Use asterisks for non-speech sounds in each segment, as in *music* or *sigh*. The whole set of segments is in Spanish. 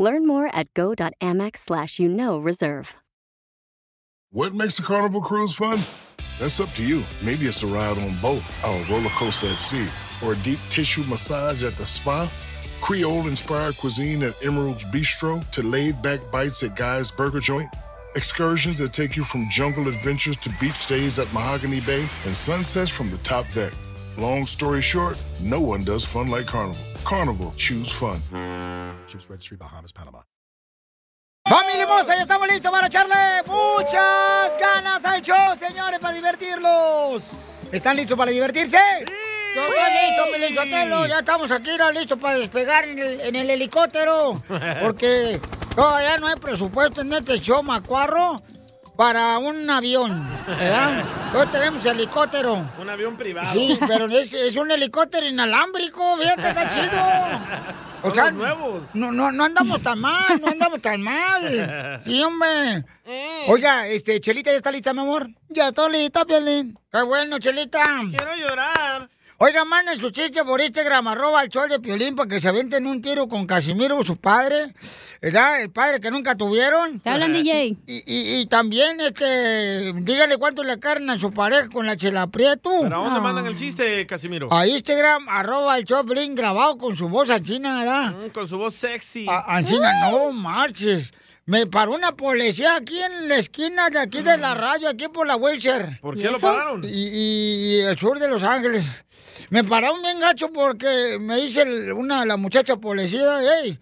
Learn more at go.amex slash you know reserve. What makes a carnival cruise fun? That's up to you. Maybe it's a ride on boat, or a roller coaster at sea, or a deep tissue massage at the spa. Creole inspired cuisine at Emerald's Bistro to laid back bites at Guy's Burger Joint. Excursions that take you from jungle adventures to beach days at Mahogany Bay and sunsets from the top deck. Long story short, no one does fun like Carnival. Carnival, choose fun. Ships Registry, Bahamas, Panama. ¡Familia hermosa! ¡Ya estamos listos para echarle muchas ganas al show, señores, para divertirlos! ¿Están listos para divertirse? Yo estoy listo, Piolín Sotelo, Ya estamos aquí, ya listos para despegar en el, en el helicóptero. Porque todavía no hay presupuesto en este show, Macuarro, para un avión. ¿Verdad? Hoy tenemos helicóptero. Un avión privado. Sí, *laughs* pero es, es un helicóptero inalámbrico, fíjate, está chido. O Son sea, los nuevos. No, no, no andamos tan mal, no andamos *laughs* tan mal. Sí, hombre. Oiga, este, Chelita, ¿ya está lista, mi amor? Ya está lista, Piolín. Qué bueno, Chelita. Quiero llorar. Oiga, manden su chiste por Instagram, arroba el show de Piolín, para que se aventen un tiro con Casimiro, su padre, ¿verdad? El padre que nunca tuvieron. Te hablan, DJ. Y, y, y también, este, dígale cuánto le cargan a su pareja con la chela Prieto. ¿A dónde mandan el chiste, Casimiro? A Instagram, arroba el show de Piolín, grabado con su voz anchina, ¿verdad? Mm, Con su voz sexy. A- Ancina, no marches. Me paró una policía aquí en la esquina de aquí de la radio, aquí por la Wilshire. Ah. ¿Por qué ¿Y lo eso? pararon? Y, y- y el sur de Los Ángeles. Me pararon bien gacho porque me dice el- una la muchacha policía, hey,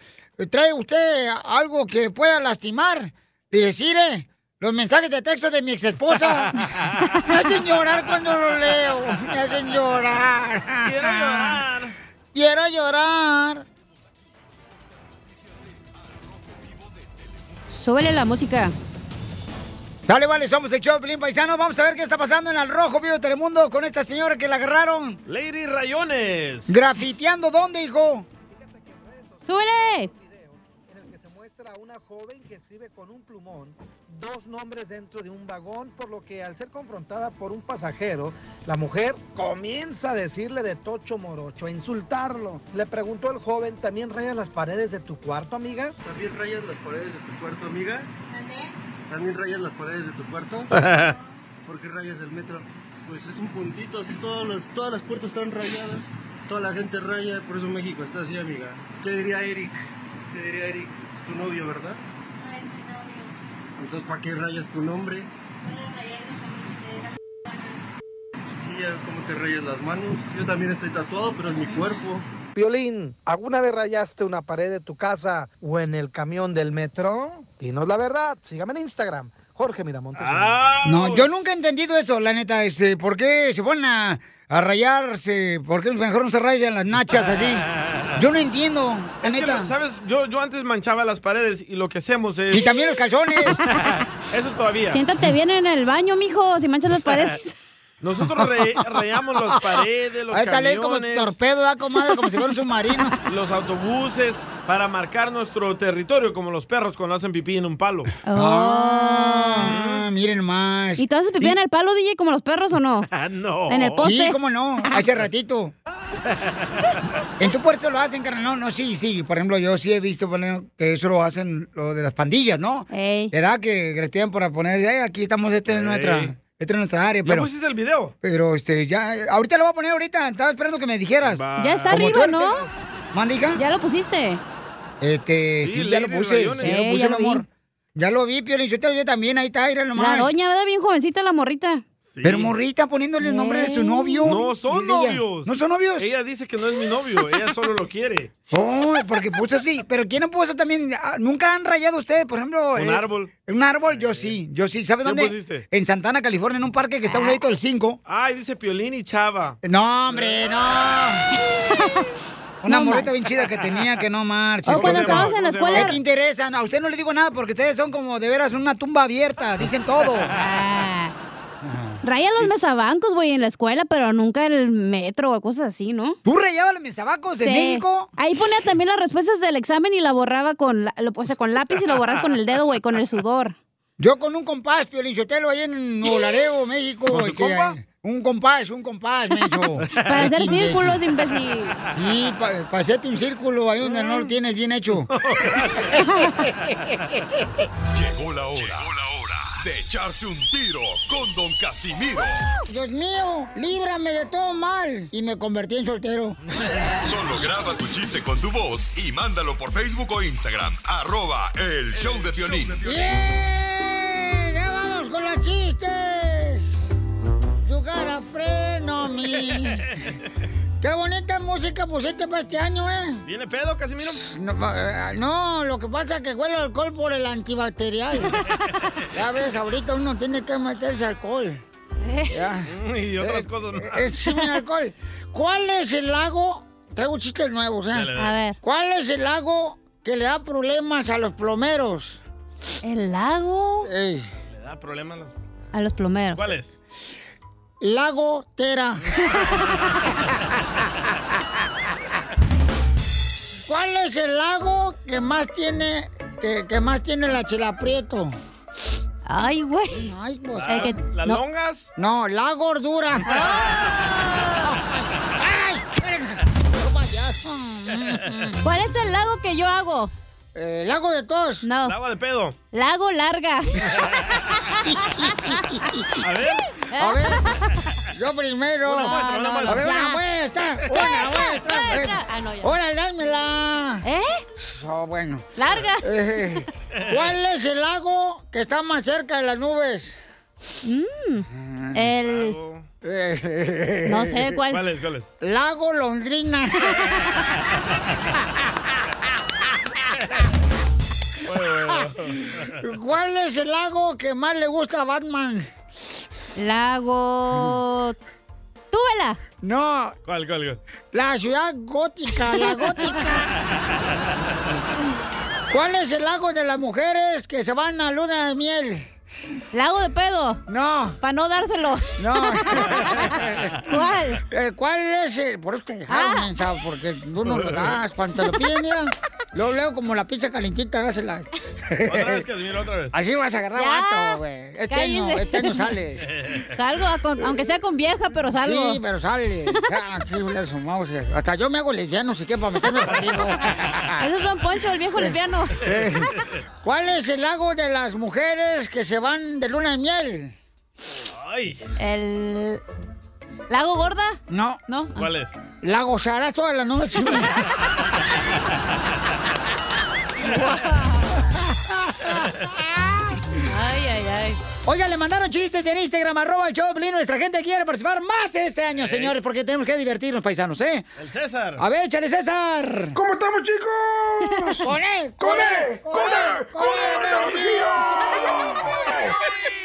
¿trae usted algo que pueda lastimar? Y decir, los mensajes de texto de *laughs* mi exesposa. me hacen llorar cuando los leo. Me hacen llorar. Quiero llorar. Quiero llorar. Súbele la música. Dale, vale, somos el Choplin Paisano. Vamos a ver qué está pasando en el Rojo Vivo de Telemundo con esta señora que la agarraron Lady Rayones. grafiteando. ¿Dónde, hijo? ¡Súbele! dos nombres dentro de un vagón, por lo que al ser confrontada por un pasajero, la mujer comienza a decirle de tocho morocho, a insultarlo. Le preguntó el joven, ¿también rayas las paredes de tu cuarto, amiga? ¿También rayas las paredes de tu cuarto, amiga? ¿También rayas las paredes de tu cuarto? ¿Por qué rayas el metro? Pues es un puntito, así todas las, todas las puertas están rayadas. Toda la gente raya, por eso México está así, amiga. ¿Qué diría Eric? ¿Qué diría Eric? Es tu novio, ¿verdad? Entonces, ¿para qué rayas tu nombre? Sí, ya, ¿cómo te rayas las manos? Yo también estoy tatuado, pero es mi cuerpo. Violín, ¿alguna vez rayaste una pared de tu casa o en el camión del metro? Dinos la verdad, sígame en Instagram, Jorge Miramontes. No, yo nunca he entendido eso, la neta. Este, ¿Por qué se ponen a, a rayarse? ¿Por qué mejor no se rayan las *laughs* nachas así? Yo no entiendo, la Es que, neta. la- ¿sabes? Yo, yo antes manchaba las paredes y lo que hacemos es... Y también los calzones. *laughs* Eso todavía. *laughs* Siéntate bien en el baño, mijo, si manchas las paredes. Nosotros re- rayamos las paredes, los Ahí sale como camiones, torpedo, da comadre, como si fuera un submarino. *laughs* los autobuses, para marcar nuestro territorio, como los perros cuando hacen pipí en un palo. Oh. Ah, miren más. ¿Y tú haces pipí en el palo, DJ, como los perros o no? *laughs* Ah, no. En el poste. Sí, *laughs* cómo no, hace ratito. En tu puerto lo hacen, carnal. No, no, sí, sí. Por ejemplo, yo sí he visto por ejemplo, que eso lo hacen lo de las pandillas, ¿no? Ey. ¿Verdad? Que gretean para poner, "Ey, aquí estamos, este es nuestra, Ey. esta es nuestra área. ¿Ya Pero, pusiste el video? pero este, ya, ahorita lo voy a poner ahorita. Estaba esperando que me dijeras. Va. Ya está Como tú arriba, eres ¿no? el- Mandica. Ya lo pusiste. Este, sí, Sí, ya lo Lady puse. Rayones. Sí, lo Ey, puse, ya mi lo vi. amor. Ya lo vi, Pio Linsotero, yo también, ahí está, mira nomás. La doña, ¿verdad? Bien jovencita la morrita. Sí. Pero morrita poniéndole el nombre de su Ey. novio. No son Ella- novios. ¿No son novios? Ella dice que no es mi novio, ella solo lo *laughs* quiere. Oh, porque puso así. Pero ¿quién no puso también? Ah, ¿Nunca han rayado ustedes, por ejemplo? Un eh, árbol. Eh. Un árbol, yo sí. Yo sí. ¿Sabes ¿Quién dónde? pusiste? Ah. En Santana, California, en un parque que está a un ladito del 5. Ay, dice Piolín y Chava. No, hombre, no. Una No manches. morrita bien chida *laughs* que tenía que no marches. O cuando ¿Qué te- estabas en la escuela. ¿Qué te interesa? No, a usted no le digo nada porque ustedes son como de veras una tumba abierta. *laughs* Dicen todo. Ah. Raya los mesabancos, güey, en la escuela, pero nunca en el metro o cosas así, ¿no? ¿Tú rayabas los mesabacos en Sí. México? Ahí ponía también las respuestas del examen y la borraba con, la- lo- o sea, con lápiz y lo borras con el dedo, güey, con el sudor. Yo con un compás, Piolichotelo, ahí en Nuevo *laughs* Laredo, México. ¿Con su este, compa? Un compás, un compás, menso. *laughs* Para hacer Este imbécil. círculos, imbécil. Mm. Sí, pa- pa' hacerte un círculo ahí donde no lo tienes *laughs* bien hecho. Llegó la hora. De echarse un tiro con Don Casimiro. Dios mío, líbrame de todo mal. Y me convertí en soltero. Solo graba tu chiste con tu voz y mándalo por Facebook o Instagram. Arroba el show de violín. Eh, ¡Bien! ¡Ya vamos con los chistes! Jugar a freno, mi. Qué bonita música pusiste para este año, ¿eh? *laughs* ¿Viene pedo, Casimiro? No, eh, no, lo que pasa es que huele alcohol por el antibacterial. ya ves, ahorita uno tiene que meterse alcohol. Ya. ¿Eh? *laughs* Y otras cosas más. Eh, sí, un alcohol. ¿Cuál es el lago? Traigo chistes nuevos, ¿eh? Dale, dale. A ver, ¿Cuál es el lago que le da problemas a los plomeros? el lago Ey, ¿Le da problemas? las- a los plomeros. ¿Cuál es? lago Tera. ¿Cuál es el lago que más tiene que, que más tiene la chilaprieto? Ay, güey. Ay, pues. El que- ¿Las no. longas? No, la gordura. *laughs* ¡Ay! ¡Qué payaso! ¿Cuál es el lago que yo hago? Eh, lago de tos. No, ¿El agua de pedo? lago larga. *laughs* A ver. A ver, yo primero. Una muestra, una A ver, muestra. una muestra. Una muestra. muestra. Ah, no, ya. Órale, dámela. ¿Eh? Oh, bueno. Larga. Eh, ¿Cuál es el lago que está más cerca de las nubes? Mm. Mm. El. Eh, No sé ¿Cuál cuál. es? ¿Cuál es? Lago Londrina. *laughs* ¿Cuál es el lago que más le gusta a Batman? Lago. Túbela. No, ¿Cuál, cuál, cuál? La ciudad gótica, *laughs* la gótica. ¿Cuál es el lago de las mujeres que se van a luna de miel? Lago de pedo. No, Para no dárselo. no. *laughs* ¿Cuál? Eh, ¿Cuál es el...? Por eso te dejaron, Ah. mensa, porque tú *laughs* no lo das. Cuando te lo piden, mira, lo leo como la pizza calentita, dásela. Otra vez, Casimiro, otra vez. *laughs* Así vas a agarrar Ya, vato, güey. Este año, cállese. este año sales. Salgo, a- con- aunque sea con vieja, pero salgo. Sí, pero sales. Ya, sí, le sumamos. Hasta yo me hago lesbiano si quiero para meterme contigo. Esos son Poncho, el viejo lesbiano. ¿Cuál es el lago de las mujeres que se van de luna de miel? Ay, El. Lago gorda. No. No. Ah. ¿cuál es? La gozarás toda la noche. *laughs* Ay, ay, ay. Oiga, le mandaron chistes en Instagram, arroba el show de Piolín. Nuestra gente quiere participar más este año, señores, porque tenemos que divertirnos, paisanos, ¿eh? El César. A ver, échale, César. ¿Cómo estamos, chicos? *laughs* ¡Con él! ¡Con él! ¡Con él! ¡Con energía!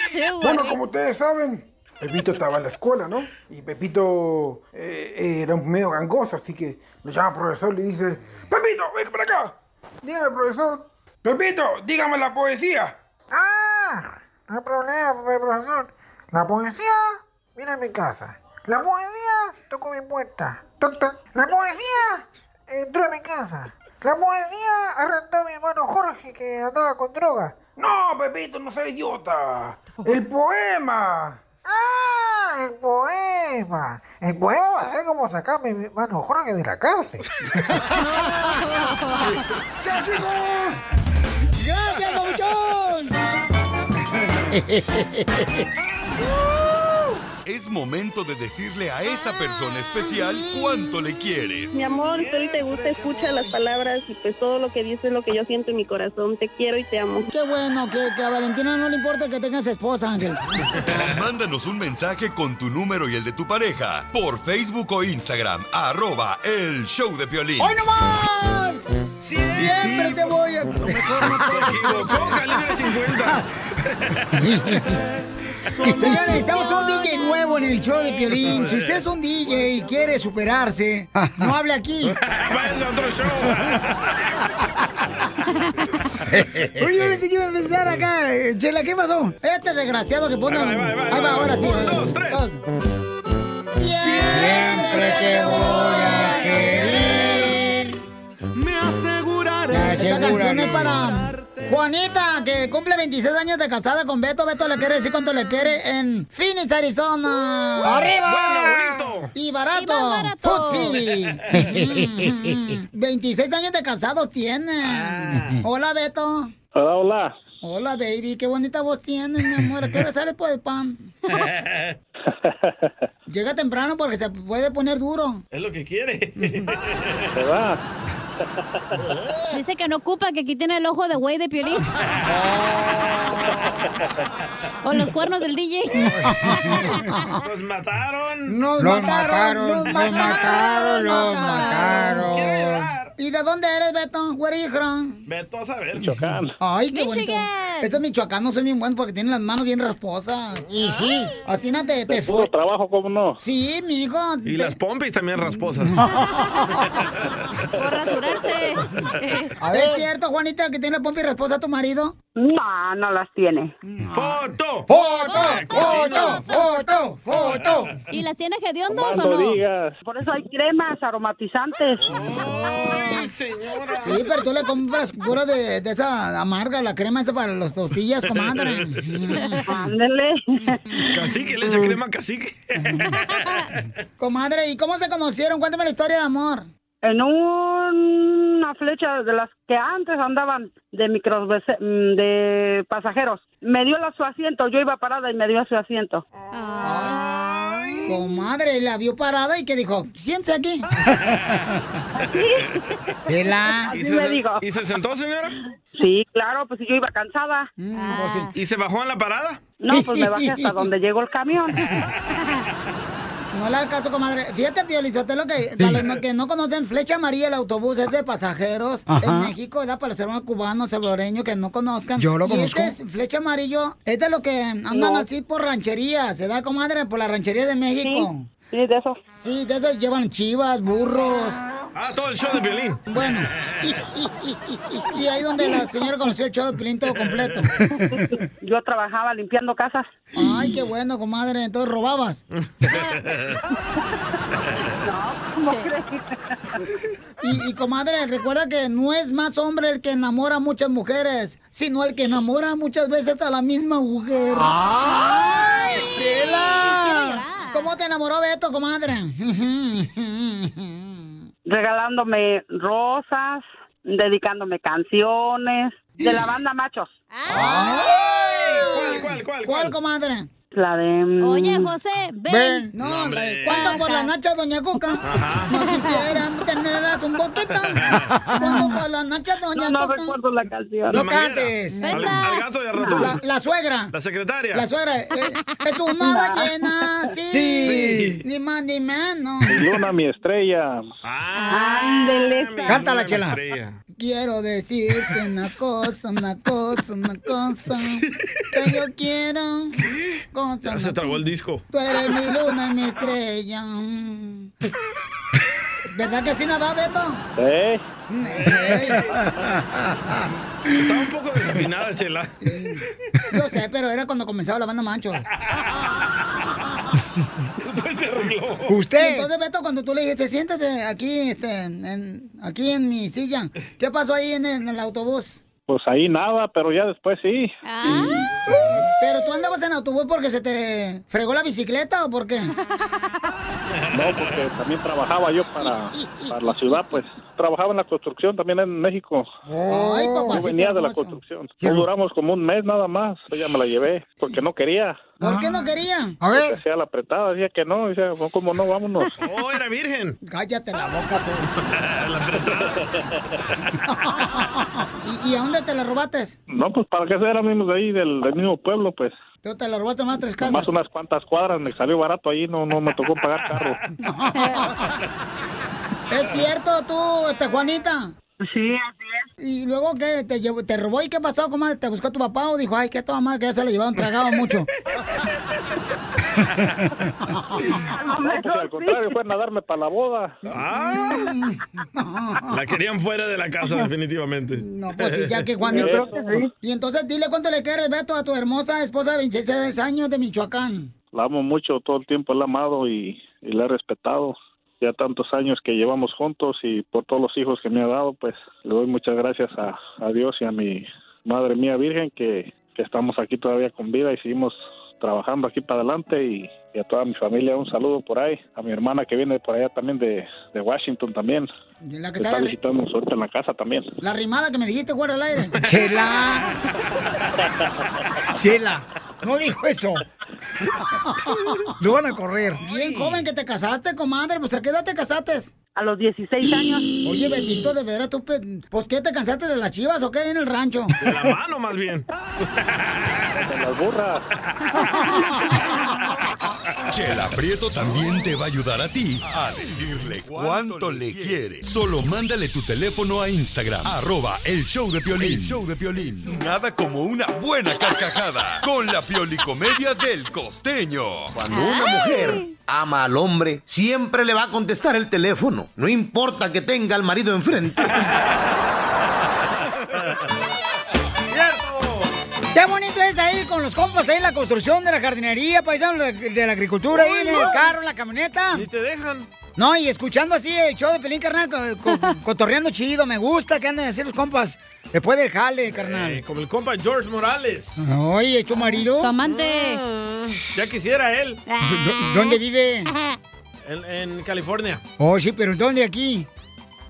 Sí, güey. Bueno, como ustedes saben, Pepito estaba en la escuela, ¿no? Y Pepito eh, era un medio gangoso, así que lo llama al profesor y le dice, Pepito, ven para acá. Dígame, profesor. Pepito, dígame la poesía. Ah, no hay problema, profesor. La poesía viene a mi casa. La poesía tocó mi puerta. Toc, toc. La poesía entró a mi casa. La poesía arrancó a mi hermano Jorge que andaba con droga. No, Pepito, no seas idiota. El poema. Ah, el poema. El poema va a ser como sacar a mi hermano Jorge de la cárcel. ¡Chao, chicos! ¡Gracias, Pabuchón! Es momento de decirle a esa persona especial cuánto le quieres. Mi amor, si te gusta, escucha las palabras y pues todo lo que dices es lo que yo siento en mi corazón. Te quiero y te amo. Qué bueno que, que a Valentina no le importa que tengas esposa, Ángel. Mándanos un mensaje con tu número y el de tu pareja por Facebook o Instagram. Arroba el show de violín. ¡Hoy nomás! Siempre te voy a... *laughs* Se equivocó, calibre 50. Señores, necesitamos un DJ nuevo en el show de Piolín. Si usted es un DJ y quiere superarse, no hable aquí. Váyanse a otro show. Oye, yo pensé que iba a empezar acá. Eh, Chela, ¿qué pasó? Este desgraciado que pone... Ahí va, ahora sí. dos, tres. Siempre te voy a querer. Me aseguraré. Esta canción es para Juanita, que cumple 26 años de casada con Beto. Beto le quiere decir cuánto le quiere en Phoenix, Arizona. ¡Arriba! Bueno, bonito. Y barato. Food *laughs* City. Mm, 26 años de casados tiene. Hola, Beto. Hola, hola. Hola, baby. Qué bonita voz tienes, mi amor. ¿A ¿Qué *laughs* hora sales por el pan? Llega temprano porque se puede poner duro. Es lo que *laughs* quiere. ¿Te va? Dice que no ocupa, que aquí tiene el ojo de güey de *laughs* Piolín. o los cuernos del DJ. *laughs* Nos mataron. Nos mataron, nos mataron, nos mataron. ¿Y de dónde eres, Beto? Where are you from? Beto a saber. Ay, qué bonito. Estos michoacanos son bien buenos porque tienen las manos bien rasposas. Y sí. Así no te, te Es puro esfuer- trabajo, ¿cómo no? Sí, mijo. Y las pompis también *laughs* rasposas. Por *laughs* rasurarse. A ver. ¿Es cierto, Juanita, que tiene la pompa y rasposa tu marido? No, no las tiene. ¡Foto! ¡Foto! ¡Foto! ¡Foto! ¡Foto! ¿Y las tienes hediondas o Cuando no? digas. Por eso hay cremas aromatizantes. Oh. ¡Ay, señora! Sí, pero tú le compras pura de, de esa amarga, la crema esa para las tortillas, comadre. Ándele. *laughs* Cacique, le echa Mm. crema a *laughs* cacique. Comadre, ¿y cómo se conocieron? Cuéntame la historia de amor. En una flecha de las que antes andaban de micros mm, de pasajeros. Me dio la su asiento, yo iba parada y me dio su asiento. Comadre, la vio parada y que dijo, siéntese aquí. *laughs* Chela. ¿Y Así se, me sen- digo. ¿Y se sentó, señora? Sí, claro, pues yo iba cansada. Mm. ¿Y se bajó en la parada? No, pues me bajé hasta donde llegó el camión. No le hagas caso, comadre. Fíjate, Piolizotelo, que para los no- que no conocen, Flecha Amarilla, el autobús es de pasajeros Ajá. en México, da para los hermanos cubanos, salvadoreños que no conozcan. Yo lo y conozco. este es Flecha Amarillo, es de lo que andan No. así por rancherías, se da, comadre, por la ranchería de México. Sí, de eso. Sí, de eso llevan chivas, burros. *laughs* Ah, todo el show de violín. Bueno. Y ahí donde la señora conoció el show de Pilín todo completo. *laughs* Yo trabajaba limpiando casas. Ay, qué bueno, comadre. Entonces robabas. ¿Cómo Sí. Y, y, comadre, recuerda que no es más hombre el que enamora a muchas mujeres, sino el que enamora muchas veces a la misma mujer. ¡Ay, chela! ¿Cómo te enamoró Beto, comadre? Regalándome rosas, dedicándome canciones de la banda Machos. ¿Cuál, cuál, cuál? ¿Cuál, comadre? La de mm, Oye, José, ven. Ven. No, hombre. ¿Cuánto por la nacha, doña Cuca? No quisiera tenerlas un poquito. ¿Cuánto por la nacha, doña No, no Cuca? recuerdo la canción. No La manguera. cantes. Al, al gato y al ratón. La, la suegra. La secretaria. La suegra. eh, *laughs* es una ballena, sí. Sí. Ni más ni menos. Mi luna, mi estrella. Ándele. Ah, Cántala, Chela. Quiero decirte una cosa, una cosa, una cosa. Que yo quiero. Cosa, Ya una se tragó el disco. Tú eres mi luna y mi estrella. ¿Verdad que sí no va, Beto? ¿Eh? Estaba un poco desafinada, Chela. Yo sé, pero era cuando comenzaba la banda Mancho. Después Pues se arregló. Y Entonces, Beto, cuando tú le dijiste, siéntate aquí, este, en, aquí en mi silla, ¿qué pasó ahí en, el- en el autobús? Pues ahí nada, pero ya después sí. Ah. ¿Pero tú andabas en autobús porque se te fregó la bicicleta o por qué? No, porque también trabajaba yo para, para la ciudad, pues. Trabajaba en la construcción también en México. Ay, Yo papacito venía de la hermoso. construcción. No duramos como un mes nada más. Yo ya me la llevé porque no quería. ¿Por qué no querían? Ah. A ver. Hacía la apretada, decía que no, decía, no, como no, *laughs* vámonos. Oh, era virgen. Cállate la boca tú. la *laughs* apretada. ¿Y, y a dónde te la robaste? No, pues para qué ser, éramos de ahí, del, del mismo pueblo, pues. Tú te la robaste más tres casas. Más unas cuantas cuadras, me salió barato ahí, no, no me tocó pagar carro. ¿Es cierto tú, este, Juanita? Sí, ¿Y luego qué? ¿Te, llevó- ¿Te robó y qué pasó? ¿Cómo te buscó tu papá o dijo, ay, qué toma madre, que ya se le llevaron tragado mucho? No, pues, al contrario, fueron a darme para la boda. Ah, La querían fuera de la casa, definitivamente. No, Pues sí, ya *laughs* que Juan. Yo Y, y entonces dile cuánto le quieres, Beto, a tu hermosa esposa de 26 años de Michoacán. La amo mucho, todo el tiempo la he amado y, y la he respetado. Ya tantos años que llevamos juntos y por todos los hijos que me ha dado, pues le doy muchas gracias a, a Dios y a mi madre mía Virgen que, que estamos aquí todavía con vida y seguimos trabajando aquí para adelante y, y a toda mi familia un saludo por ahí, a mi hermana que viene por allá también de, de Washington también, La que que está está- visitando suerte en la casa también. La rimada que me dijiste fuera del aire. Chela. Chela, no dijo eso. Lo van a correr. *laughs* Bien joven que te casaste, comadre. Pues ¿a qué edad te casaste? A los 16 años. Oye, Betito, de veras tú, pe- pues ¿qué te cansaste de las chivas o qué en el rancho? De la mano, más *laughs* bien. las burras. *laughs* Chela Prieto también te va a ayudar a ti a decirle cuánto le quiere. Solo mándale tu teléfono a Instagram, arroba el show de Piolín. El show de Piolín. Nada como una buena carcajada con la piolicomedia del costeño. Cuando una mujer ama al hombre, siempre le va a contestar el teléfono. No importa que tenga al marido enfrente. Qué bonito es ahí con los compas ahí en la construcción de la jardinería, paisano de de la agricultura, ahí en el carro, en la camioneta. Ni te dejan. No, y escuchando así el show de Pelín, carnal, co- *laughs* co- cotorreando chido. Me gusta que anden así los compas después del jale, carnal. Eh, como el compa George Morales. Mm, Oye, ¿tu marido? Ah. Tu amante. Ya quisiera él. ¿Dónde vive? En, en California. Oh, sí, pero ¿dónde aquí? ¿Dónde?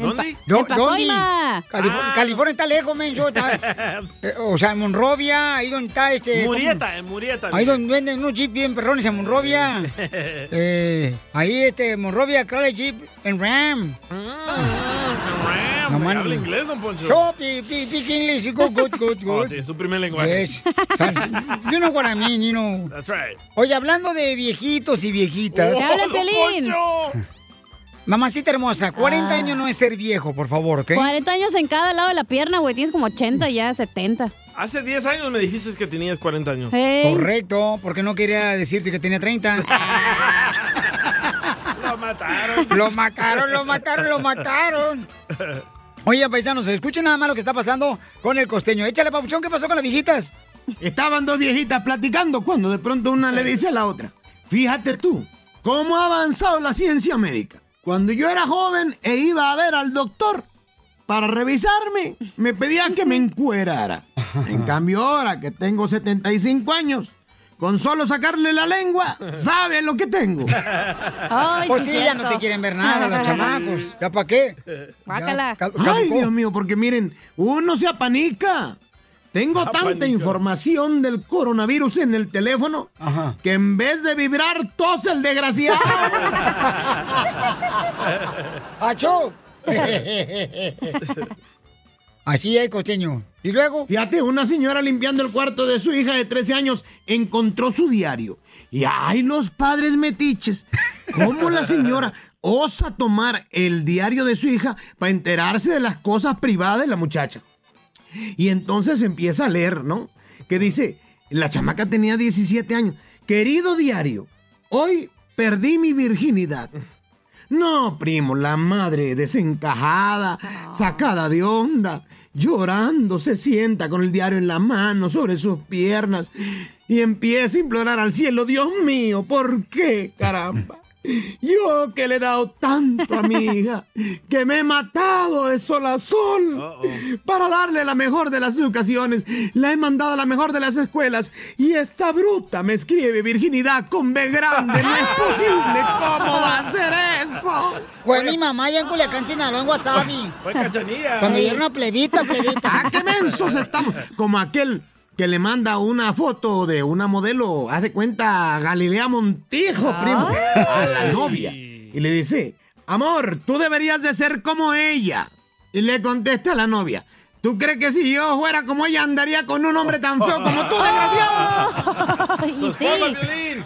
Do- En ¿Dónde? Pacoima. Calif- Ah. California está lejos, men. yo *laughs* está- eh, o sea, en Monrovia, ahí donde está este... Murieta, ¿cómo? en Murieta. Ahí donde venden unos jeep bien perrones en *laughs* Monrovia. Eh, ahí este, Monrovia, Crowley Jeep en Ram. Ram, man. Ah, habla inglés, don Poncho. Yo, pi, pi, speak English, good, good, *laughs* good, Oh, good. sí, es su primer lenguaje. Yes. You know what I mean, you know. That's right. Oye, hablando de viejitos y viejitas. ¡Te habla el Pelín! Mamacita hermosa, 40 Ah. años no es ser viejo, por favor, ¿ok? 40 años en cada lado de la pierna, güey. Tienes como 80 ya, 70. Hace 10 años me dijiste que tenías 40 años. Ey. Correcto, porque no quería decirte que tenía 30. *laughs* Lo mataron. lo mataron, lo mataron, lo mataron. *laughs* Oye, paisanos, escuchen nada más lo que está pasando con el costeño. Échale, papuchón, ¿qué pasó con las viejitas? Estaban dos viejitas *laughs* platicando cuando de pronto una le dice a la otra, fíjate tú, cómo ha avanzado la ciencia médica. Cuando yo era joven e iba a ver al doctor para revisarme, me pedían que me *laughs* encuerara. En cambio ahora que tengo 75 años, con solo sacarle la lengua, sabe lo que tengo. Pues sí, ya no te quieren ver nada, los chamacos. ¿Ya para qué? Ya, cal- Ay, caducó. Dios mío, porque miren, uno se apanica. Tengo tanta información del coronavirus en el teléfono que en vez de vibrar, tose el desgraciado. *laughs* ¡Acho! *laughs* Así es, costeño. ¿Y luego? Fíjate, una señora limpiando el cuarto de su hija de 13 años encontró su diario. Y ay, los padres metiches. ¿Cómo la señora osa tomar el diario de su hija para enterarse de las cosas privadas de la muchacha? Y entonces empieza a leer, ¿no? Que dice, la chamaca tenía 17 años. Querido diario, hoy perdí mi virginidad. No, primo, la madre desencajada, sacada de onda, llorando, se sienta con el diario en la mano, sobre sus piernas, y empieza a implorar al cielo, Dios mío, ¿por qué, caramba? Yo que le he dado tanto a mi hija, que me he matado de sol a sol para darle la mejor de las educaciones, la he mandado a la mejor de las escuelas y esta bruta me escribe virginidad con B grande, no es posible, ¿cómo va a ser eso? Pues Fue mi mamá ya en Culiacán, Sinaloa, en Wasabi. Fue Cachanilla. Cuando yo era una plebita, plebita. ¡Ah, qué mensos estamos! Como aquel que le manda una foto de una modelo, haz de cuenta, Galilea Montijo, primo, a la novia. Y le dice, amor, tú deberías de ser como ella. Y le contesta la novia, ¿tú crees que si yo fuera como ella andaría con un hombre tan feo como *laughs* tú, *laughs* desgraciado? Tu esposa, sí.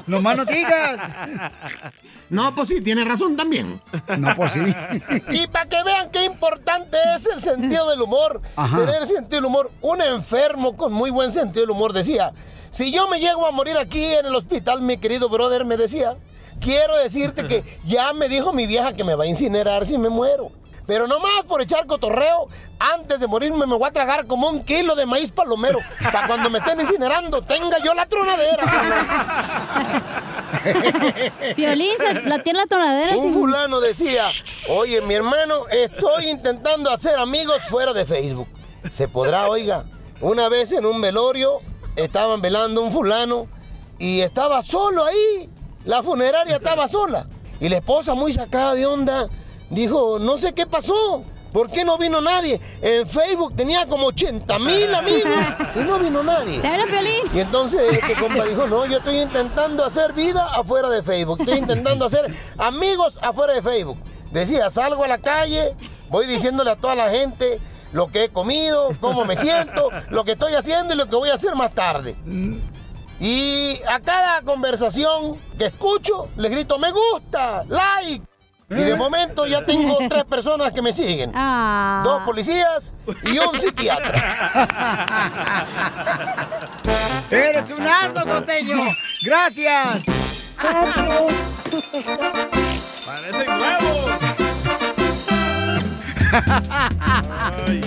¡No más no digas! No, pues sí, tiene razón también. No, pues sí. Y para que vean qué importante es el sentido del humor, Ajá. tener sentido del humor, un enfermo con muy buen sentido del humor decía, Si yo me llego a morir aquí en el hospital, mi querido brother me decía, quiero decirte que ya me dijo mi vieja que me va a incinerar si me muero. Pero nomás por echar cotorreo, antes de morirme me voy a tragar como un kilo de maíz palomero. Para cuando me estén incinerando, tenga yo la tronadera. *laughs* Violín, se- la tiene la tonadera. Un fulano decía, oye, mi hermano, estoy intentando hacer amigos fuera de Facebook. Se podrá, oiga. Una vez en un velorio estaban velando un fulano y estaba solo ahí. La funeraria estaba sola. Y la esposa, muy sacada de onda, dijo, no sé qué pasó. ¿Por qué no vino nadie? En Facebook tenía como 80 *laughs* mil amigos y no vino nadie. Te habla Piolín. Y entonces este compa dijo, no, yo estoy intentando hacer vida afuera de Facebook. Estoy *laughs* intentando hacer amigos afuera de Facebook. Decía, salgo a la calle, voy diciéndole a toda la gente lo que he comido, cómo me siento, lo que estoy haciendo y lo que voy a hacer más tarde. Y a cada conversación que escucho, les grito, me gusta, like. Y de momento ya tengo tres personas que me siguen. Ah. Dos policías y un psiquiatra. Eres un asno, costeño. Gracias. Parecen huevos. Ay,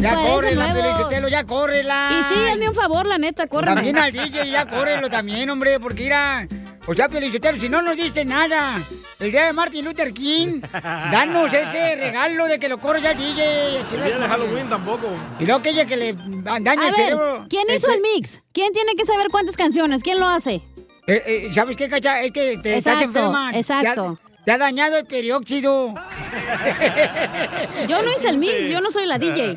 ya parece córrela, nuevo. Felicitelo, ya córrela. Y sí, hazme un favor, la neta, córreme. También al DJ, ya córrelo también, hombre, porque irá. O sea, Felicitelo, si no nos diste nada, el día de Martin Luther King, danos ese regalo de que lo corre ya el DJ. El día de Halloween tampoco. Y luego aquella que le daña A el ver, cerebro. ¿quién hizo Este- el mix? ¿Quién tiene que saber cuántas canciones? ¿Quién lo hace? Eh, eh, ¿Sabes qué, Cacha? Es que te estás Exacto, enferma. Te ha- exacto. Te ha, dañado el perióxido. Yo no hice el mix, yo no soy la DJ.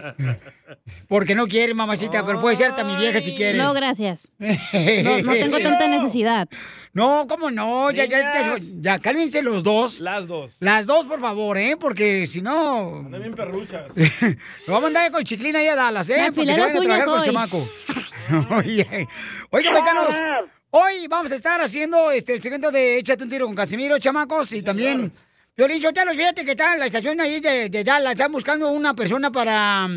Porque no quiere, mamacita, pero puede ser hasta mi vieja si quiere. No, *laughs* gracias. No, no tengo tanta necesidad. No, ¿cómo no? Ya, ya, ya, ya, cálmense los dos. Las dos. Las dos, por favor, ¿eh? Porque si no... Andan bien perruchas. Lo vamos a mandar con chiclina ahí a Dallas, ¿eh? Me Porque afilé se las vayan a trabajar con el uñas chamaco. *laughs* Oye, oye, paisanos, hoy vamos a estar haciendo este, el segmento de Échate un tiro con Casimiro, chamacos, y también... Violín, yo te lo fíjate que está en la estación ahí de, de Dallas, están buscando una persona para,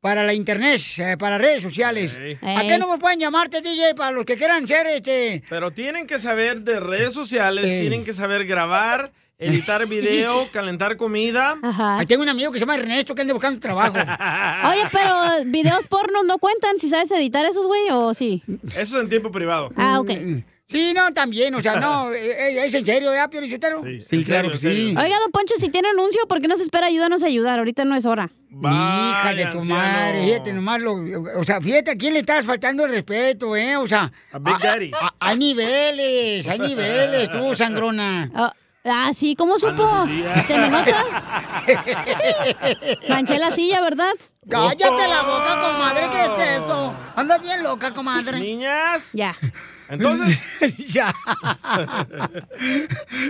para la internet, eh, para redes sociales. ¿A qué Ey. no me pueden llamarte, DJ, para los que quieran ser este... *laughs* Pero tienen que saber de redes sociales, Eh. tienen que saber grabar, *laughs* editar video, calentar comida. Ahí tengo un amigo que se llama Ernesto que anda buscando trabajo. *laughs* Oye, pero videos pornos no cuentan si sabes editar esos, güey, o sí. Eso es en tiempo privado. Ah, ok. Sí, no, también, o sea, no, eh, eh, es en serio, ¿eh, Pio Lichotero? Sí, claro que sí. Oiga, don Poncho, si tiene anuncio, ¿por qué no se espera? Ayúdanos a ayudar, ahorita no es hora. Hija de tu madre, fíjate nomás lo- o sea, fíjate a quién le estás faltando el respeto, ¿eh? O sea, A Big Daddy. a- hay niveles, ah, hay *laughs* niveles, tú, sangrona. Ah, ah, sí, ¿cómo supo? ¿Se me nota? *laughs* Manché la silla, ¿verdad? Oh. Cállate la boca, comadre, ¿qué es eso? Andas bien loca, comadre. Niñas. Ya. Entonces. *laughs* *laughs* ya.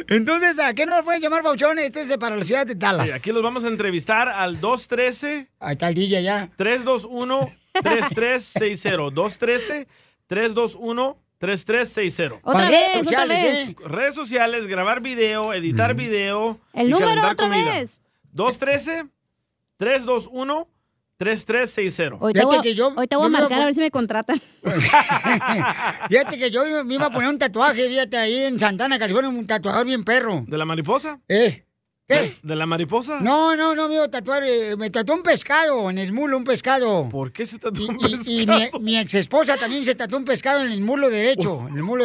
Entonces, ¿a qué nos pueden llamar, Bauchón? Este es de para la ciudad de Dallas. Sí, aquí los vamos a entrevistar al 213. Ahí está el DJ ya. 321 3360. 213 321 3360. Otra Para redes vez, otra sociales, vez. ¿eh? Redes sociales, grabar video, editar video. El y número calentar otra comida. vez. 213 321 3360. Hoy te voy, a- hoy te voy a marcar a ver si me contratan. Fíjate que yo me iba a poner un tatuaje, fíjate, ahí en Santana, California, un tatuador bien perro. ¿De la mariposa? ¿Eh? ¿De la mariposa? No, no, no me iba a tatuar, eh, me tatuó un pescado en el mulo, un pescado. ¿Por qué se tatuó un Y, mi, pescado? mi exesposa también se tatuó un pescado en el mulo derecho, en el mulo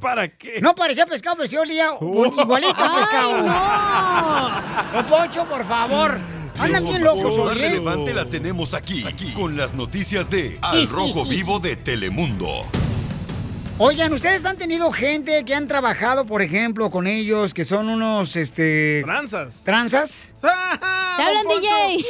*laughs* ¿Para qué? No parecía pescado, pero *laughs* sí olía o- igualito a Ay, pescado. no! Poncho, por favor. Andan bien locos, ¿eh? Información oye. relevante la tenemos aquí, Oh. aquí, con las noticias de Al Rojo Vivo de Telemundo. Oigan, ¿ustedes han tenido gente que han trabajado, por ejemplo, con ellos, que son unos, este... Tranzas. ¿Tranzas? ¡Te hablan, DJ!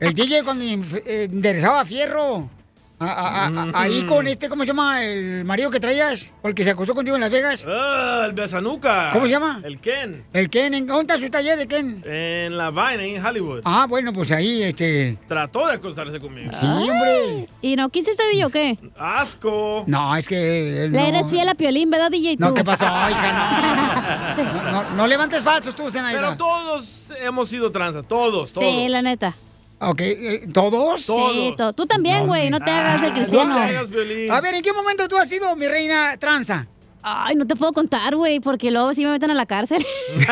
*laughs* el DJ cuando enf- eh, enderezaba fierro. A- a- a- a- Mm. ahí con este, ¿cómo se llama? El marido que traías, o el que se acostó contigo en Las Vegas. Ah, el Besanuca. ¿Cómo se llama? El Ken. El Ken, ¿en- ¿dónde está su taller de Ken? En la Vine, en Hollywood. Ah, bueno, pues ahí, este... Trató de acostarse conmigo. Sí, *laughs* hombre. ¿Y no quisiste, DJ, o qué? ¡Asco! No, es que... él Le no- eres fiel a Piolín, ¿verdad, DJ? No, tú? ¿qué pasó, hija? No. No, no, no levantes falsos tú, Zenaida. Pero todos hemos sido tranza, todos, todos. Sí, la neta. Ok, eh, ¿todos? Sí, to- tú también, güey, no, te hagas el cristiano. A ver, ¿en qué momento tú has sido mi reina tranza? Ay, no te puedo contar, güey, porque luego sí me meten a la *laughs* cárcel. y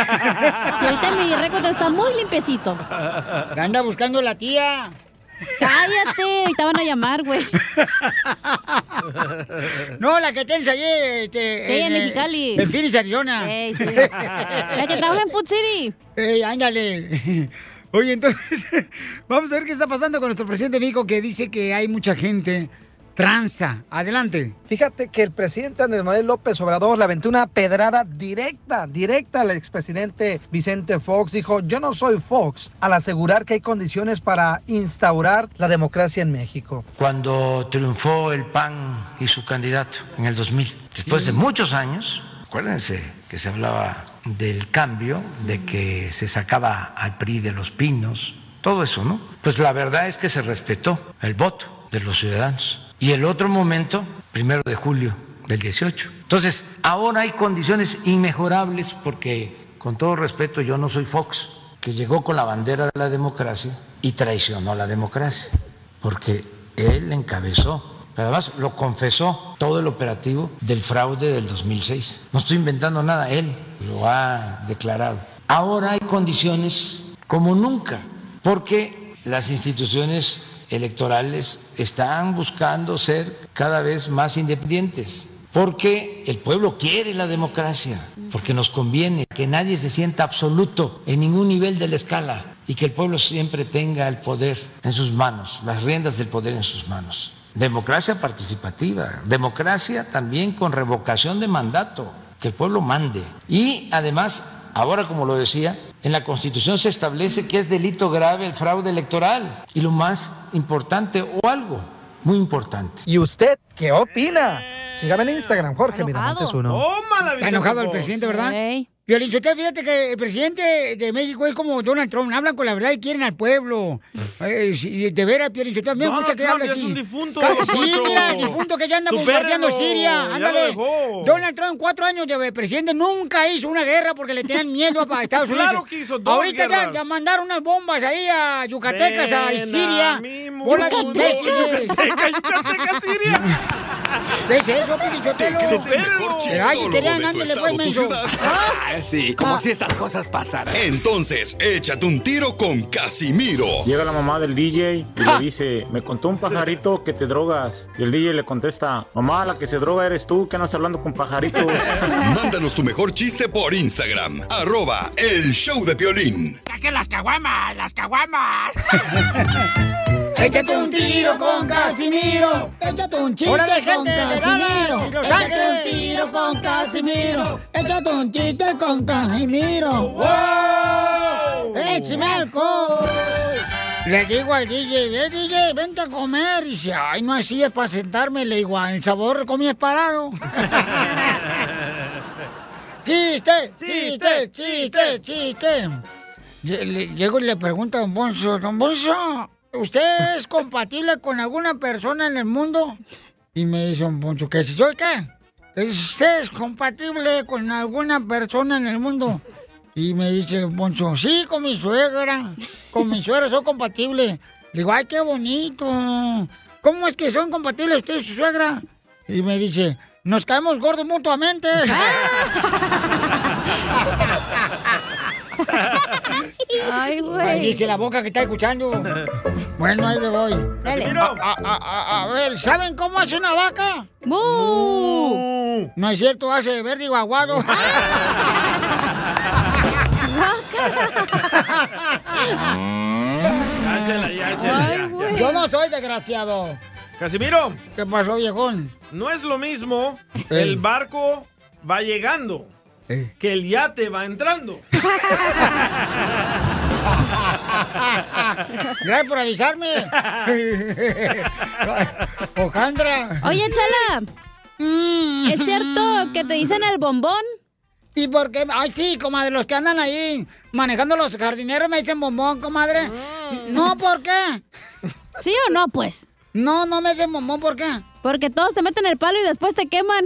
ahorita mi récord está muy limpiecito. Anda buscando la tía. Cállate, ahorita van a llamar, güey. No, la que tienes allí. este, Sí, en eh, Mexicali. En Phoenix, Arizona. Ey, sí. La que trabaja en Food City. Ey, ándale. *laughs* Oye, entonces, *laughs* vamos a ver qué está pasando con nuestro presidente de México que dice que hay mucha gente tranza. Adelante. Fíjate que el presidente Andrés Manuel López Obrador le aventó una pedrada directa, directa al expresidente Vicente Fox. Dijo, yo no soy Fox, al asegurar que hay condiciones para instaurar la democracia en México. cuando triunfó el PAN y su candidato en el 2000. Después de muchos años, acuérdense que se hablaba del cambio, de que se sacaba al PRI de los pinos, todo eso, ¿no? Pues la verdad es que se respetó el voto de los ciudadanos. Y el otro momento, primero de julio del 18. Entonces, ahora hay condiciones inmejorables porque, con todo respeto, yo no soy Fox, que llegó con la bandera de la democracia y traicionó la democracia, porque él encabezó, pero además lo confesó todo el operativo del fraude del 2006. No estoy inventando nada, él lo ha declarado. Ahora hay condiciones como nunca, porque las instituciones electorales están buscando ser cada vez más independientes, porque el pueblo quiere la democracia, porque nos conviene que nadie se sienta absoluto en ningún nivel de la escala y que el pueblo siempre tenga el poder en sus manos, las riendas del poder en sus manos. Democracia participativa, democracia también con revocación de mandato, que el pueblo mande. Y además, ahora como lo decía, en la Constitución se establece que es delito grave el fraude electoral y lo más importante o algo muy importante. ¿Y usted qué opina? Sígame en Instagram, Jorge Miramontes uno. Está enojado el presidente, ¿verdad? Violín, usted fíjate que el presidente de México es como Donald Trump, hablan con la verdad y quieren *laughs* al pueblo. Eh, sí, de veras, Piolín, usted también Donald escucha que Trump habla ya es así. un difunto, Claro, don Sí, Poncho. mira, el difunto que ya anda Supérelo, bombardeando ya Siria, lo ándale. dejó. Donald Trump, cuatro años de presidente, nunca hizo una guerra porque le tenían miedo *laughs* a Estados Unidos. Claro que hizo dos Ahorita ya, guerras. ya mandaron unas bombas ahí a Yucatecas, a Ven a Siria. *laughs* mi Bola de mundo. *laughs* imbéciles. Yucatecas, Siria. ¿Ves eso, Piolín? Yo te ¿Te lo... crees el mejor chistólogo querían, de tu ándale, estado, pues, tu menso. ciudad? Ah, sí, como si estas cosas pasaran. Entonces, échate un tiro con Casimiro. Llega la mamá del DJ y le dice, me contó un pajarito que te drogas. Y el DJ le contesta, mamá, la que se droga eres tú, que andas hablando con *laughs* pajaritos. Mándanos tu mejor chiste por Instagram, arroba el show de Piolín. ¡Saque las caguamas! ¡Las caguamas! Ah, Échate un tiro con Casimiro. Échate un chiste Órale, con gente, de Dallas y Casimiro. Los Échate un Ángeles. tiro con Casimiro. Échate un chiste con Casimiro. ¡Wow! ¡Échame alcohol! Le digo al DJ, eh, DJ, vente a comer. Y dice, ay, no hay sillas para sentarme. Le digo, "Ah, el sabor comí parado. ¡Chiste! ¡Chiste! ¡Chiste! ¡Chiste! Lle- le- Llego y le pregunto a Don Bonzo, Don Bonzo, ¿usted es compatible con alguna persona en el mundo? Y me dice Don Bonzo, ¿qué si soy qué? ¿Que si ¿Usted es compatible con alguna persona en el mundo? Y me dice Don Bonzo, sí, con mi suegra, con mi suegra soy compatible. Le digo, ay, qué bonito. ¿Cómo es que son compatibles usted y su suegra? Y me dice, nos caemos gordos *laughs* mutuamente. Ay, güey. Dice la boca que está escuchando. Bueno, ahí le voy. Casimiro. A, a- a- a- a ver, ¿saben cómo hace una vaca? No es cierto, hace verde y *laughs* guaguado. Áchela, ya, áchela, ya, ya. Yo no soy desgraciado. Casimiro. ¿Qué pasó, viejón? No es lo mismo el barco va llegando que el yate va entrando. *laughs* Gracias *laughs* por avisarme. Ojandra. Oye, Chala. ¿Es cierto que te dicen el bombón? Mm. ¿Y por qué? Ay, sí, comadre, los que andan ahí manejando los jardineros me dicen bombón, comadre. No, ¿por qué? Mm. ¿Sí o no, pues? No, no me dicen bombón, ¿por qué? Porque todos te meten el *laughs* palo y después te queman.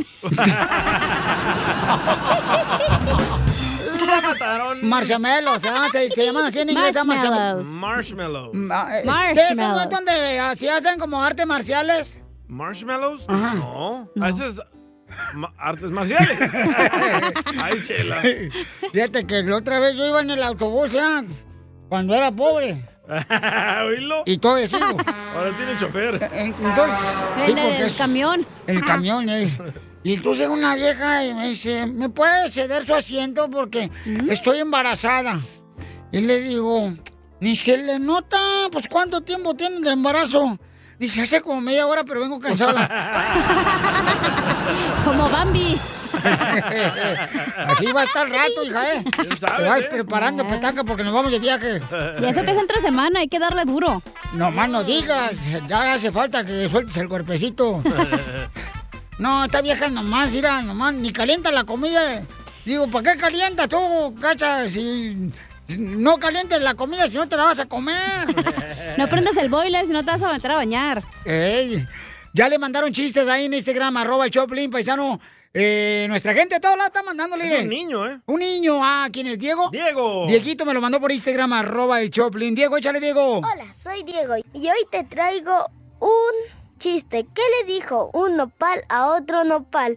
la mataron. Marshmallows, ah, se, se llaman así en inglés, ah, marshmallows. Marshmallow. Ah, eh, ¿De esos no es donde así hacen como artes marciales? ¿Marshmallows? No. A veces ma- artes *laughs* marciales. Ay, chela. Fíjate que la otra vez yo iba en el autobús ya, cuando era pobre. *laughs* ¿Oílo? Y todo *laughs* eso. Ahora tiene chofer. Entonces, El sí, del porque es- camión. El camión, eh. Y entonces una vieja y me dice, ¿me puede ceder su asiento porque estoy embarazada? Y le digo, ni se le nota, pues ¿cuánto tiempo tienen de embarazo? Dice, hace como media hora, pero vengo cansada. como *laughs* Bambi. Así va a estar el rato, hija, ¿eh? Te vas preparando petaca porque nos vamos de viaje. Y eso que es entre semana, hay que darle duro. No más no digas, ya hace falta que sueltes el *laughs* cuerpecito. *laughs* No, esta vieja nomás, mira, nomás, ni calienta la comida. Digo, ¿para qué calienta tú, cacha? Si no calientes la comida, si no te la vas a comer. *laughs* No prendas el boiler, si no te vas a meter a bañar. Ey, ya le mandaron chistes ahí en Instagram, arroba el Choplin, paisano. Eh, nuestra gente toda la está mandándole. Es un niño, ¿eh? Un niño. Ah, ¿quién es? ¿Diego? Diego. Dieguito me lo mandó por Instagram, arroba el Choplin. Diego, échale, Diego. Hola, soy Diego y hoy te traigo un chiste. ¿Qué le dijo un nopal a otro nopal?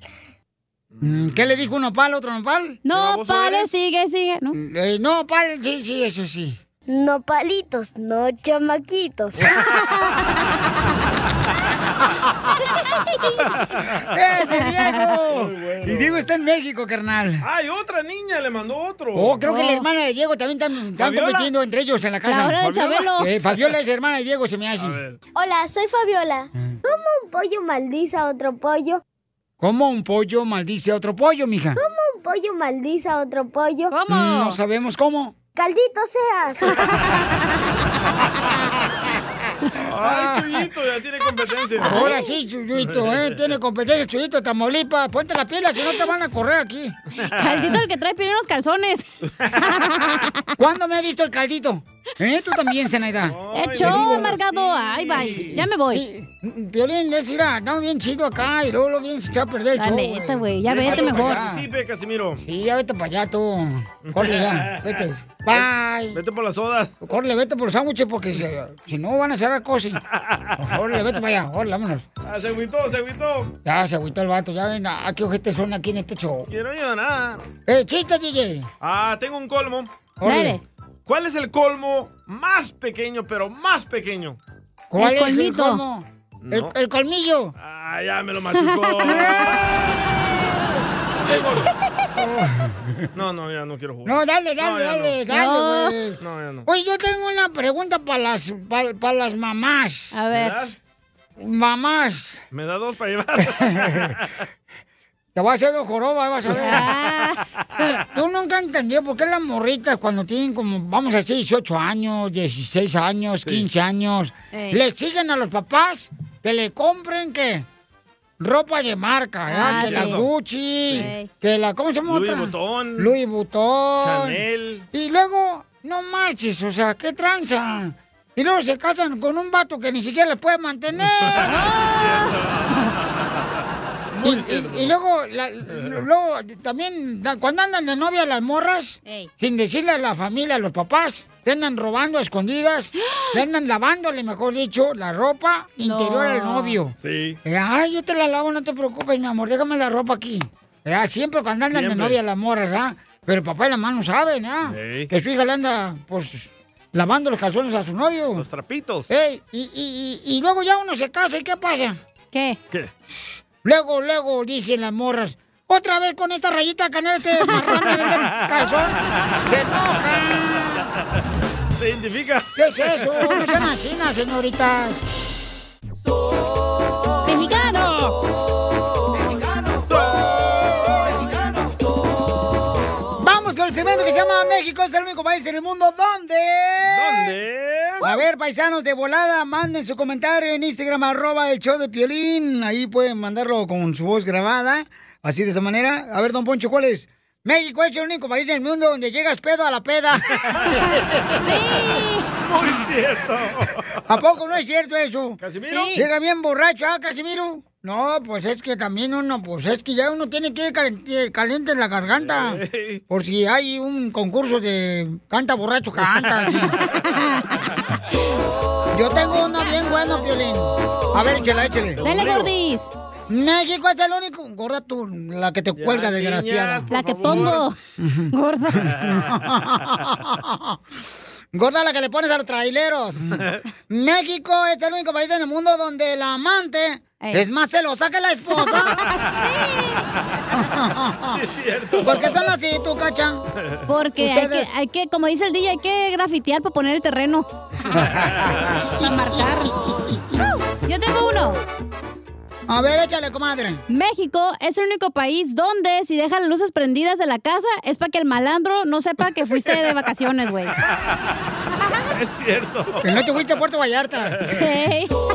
Mm, ¿Qué le dijo un nopal, otro nopal? No, pales, sigue, sigue. No, Eh, no, pal, sí, sí, eso *laughs* sí. Nopalitos, no chamaquitos. ¡Ese es Diego! Y Diego está en México, carnal. Ay, otra niña le mandó otro. Oh, creo que la hermana de Diego también están, están ¿Fabiola? compitiendo entre ellos en la casa. La hora de ¿Fabiola? Chabelo. Eh, Fabiola es hermana de Diego, se me hace. Hola, soy Fabiola. ¿Cómo un pollo maldice a otro pollo? ¿Cómo un pollo maldice a otro pollo, mija? ¿Cómo un pollo maldice a otro pollo? Mm, No sabemos cómo. Caldito seas. Ay, Chuyito, ya tiene competencia. Ah. Ahora sí, Chuyito, ¿eh? Tiene competencia, Chuyito, Tamaulipas. Ponte la pila, si no te van a correr aquí. Caldito el que trae pide unos calzones. *laughs* ¿Cuándo me ha visto el caldito? ¿Eh? Tú también, *laughs* Zenaida. Hecho, amargado. Ay, bye. Ya me voy. Violín, es ir a no, bien chido acá y luego lo bien se va a perder el La show, neta, güey, ya Ven, vete Pato, mejor. que Participe, Casimiro. Sí, ya vete para allá tú. Corre ya, vete. Bye. Vete por las sodas. Corre, vete por los sándwiches porque se- si no van a cerrar cosas. Corre, vete para allá, corre, vámonos. Ah, se agüitó, se agüitó. Ya se agüitó el vato, ya ven, ah, qué ojete son aquí en este show. Quiero llorar. Eh, chiste, DJ. Ah, tengo un colmo. Órale. Dale. ¿Cuál es el colmo más pequeño, pero más pequeño? ¿Cuál es el colmo? El, No. el colmillo. Ah, ya me lo machucó. *laughs* no, no, ya no quiero jugar. No, dale, No, dale, ya dale, no. dale, güey. No, ya no. Oye, yo tengo una pregunta para las, pa- pa' las mamás. A ver. ¿Verdad? Mamás, Me da dos para *laughs* llevar. te voy a hacer dos jorobas, vas a ver. Yo nunca entendí por qué las morritas cuando tienen como, vamos a decir, 18 años, 16 años, 15 años, Ey. le siguen a los papás que le compren, que Ropa de marca, ¿verdad? Ah, que la sí. Gucci, Sí. que la, ¿cómo se llama Louis otra? Vuitton. Louis Vuitton. Chanel. Y luego, no marches, o sea, qué tranza. Y luego se casan con un vato que ni siquiera les puede *laughs* mantener. *laughs* Y, y- y luego, la- luego también, da- cuando andan de novia las morras, Ey. sin decirle a la familia, a los papás, le andan robando a escondidas, le andan lavándole, mejor dicho, la ropa interior al novio. Sí. Eh, Ay, yo te la lavo, no te preocupes, mi amor, déjame la ropa aquí. Eh, ah, siempre cuando andan de Siempre. novia las morras, ¿ah? Pero el papá y la mamá no saben, ¿ah? Ey. *laughs* Que su hija le anda, pues, lavando los calzones a su novio. Los trapitos. Ey, y, y- y- y luego ya uno se casa, ¿y qué pasa? ¿Qué? ¿Qué? Luego, luego, dicen las morras, otra vez con esta rayita de canela, este marrano *laughs* en este calzón, se enoja. ¿Se identifica? ¿Qué es eso? No sean asesinas, señoritas. ¡Mexicano! Vamos con el segmento que se llama México es el único país en el mundo donde... ¿Dónde? A ver, paisanos de volada, manden su comentario en Instagram, arroba el show de Piolín. Ahí pueden mandarlo con su voz grabada, así de esa manera. A ver, don Poncho, ¿cuál es? México es el único país del mundo donde llegas pedo a la peda. ¡Sí! Muy cierto. ¿A poco no es cierto eso? ¿Casimiro? Llega bien borracho, ¿ah, Casimiro? No, pues es que también uno, pues es que ya uno tiene que ir calente, caliente la garganta. Ey. Por si hay un concurso de canta borracho, canta. sí. Yo tengo uno bien bueno, Piolín. A ver, échale, échale. Dale, gordis. México es el único. Gorda tú, la que te cuelga, desgraciada. La que *laughs* pongo. *laughs* Gorda. Gorda la que le pones a los traileros. México es el único país en el mundo donde la amante Eh. Ey. es más celosa que la *laughs* esposa. Sí, es *laughs* cierto. ¿Por qué son así tú, Cacha? Porque hay que, Ustedes. hay que, como dice el DJ, hay que grafitear para poner el terreno. para marcar. Yo tengo uno. A ver, échale, comadre. México es el único país donde si dejas las luces prendidas de la casa es para que el malandro no sepa que fuiste de vacaciones, güey. Es *laughs* cierto. Que no te fuiste *laughs* a Puerto Vallarta. *laughs* Tengo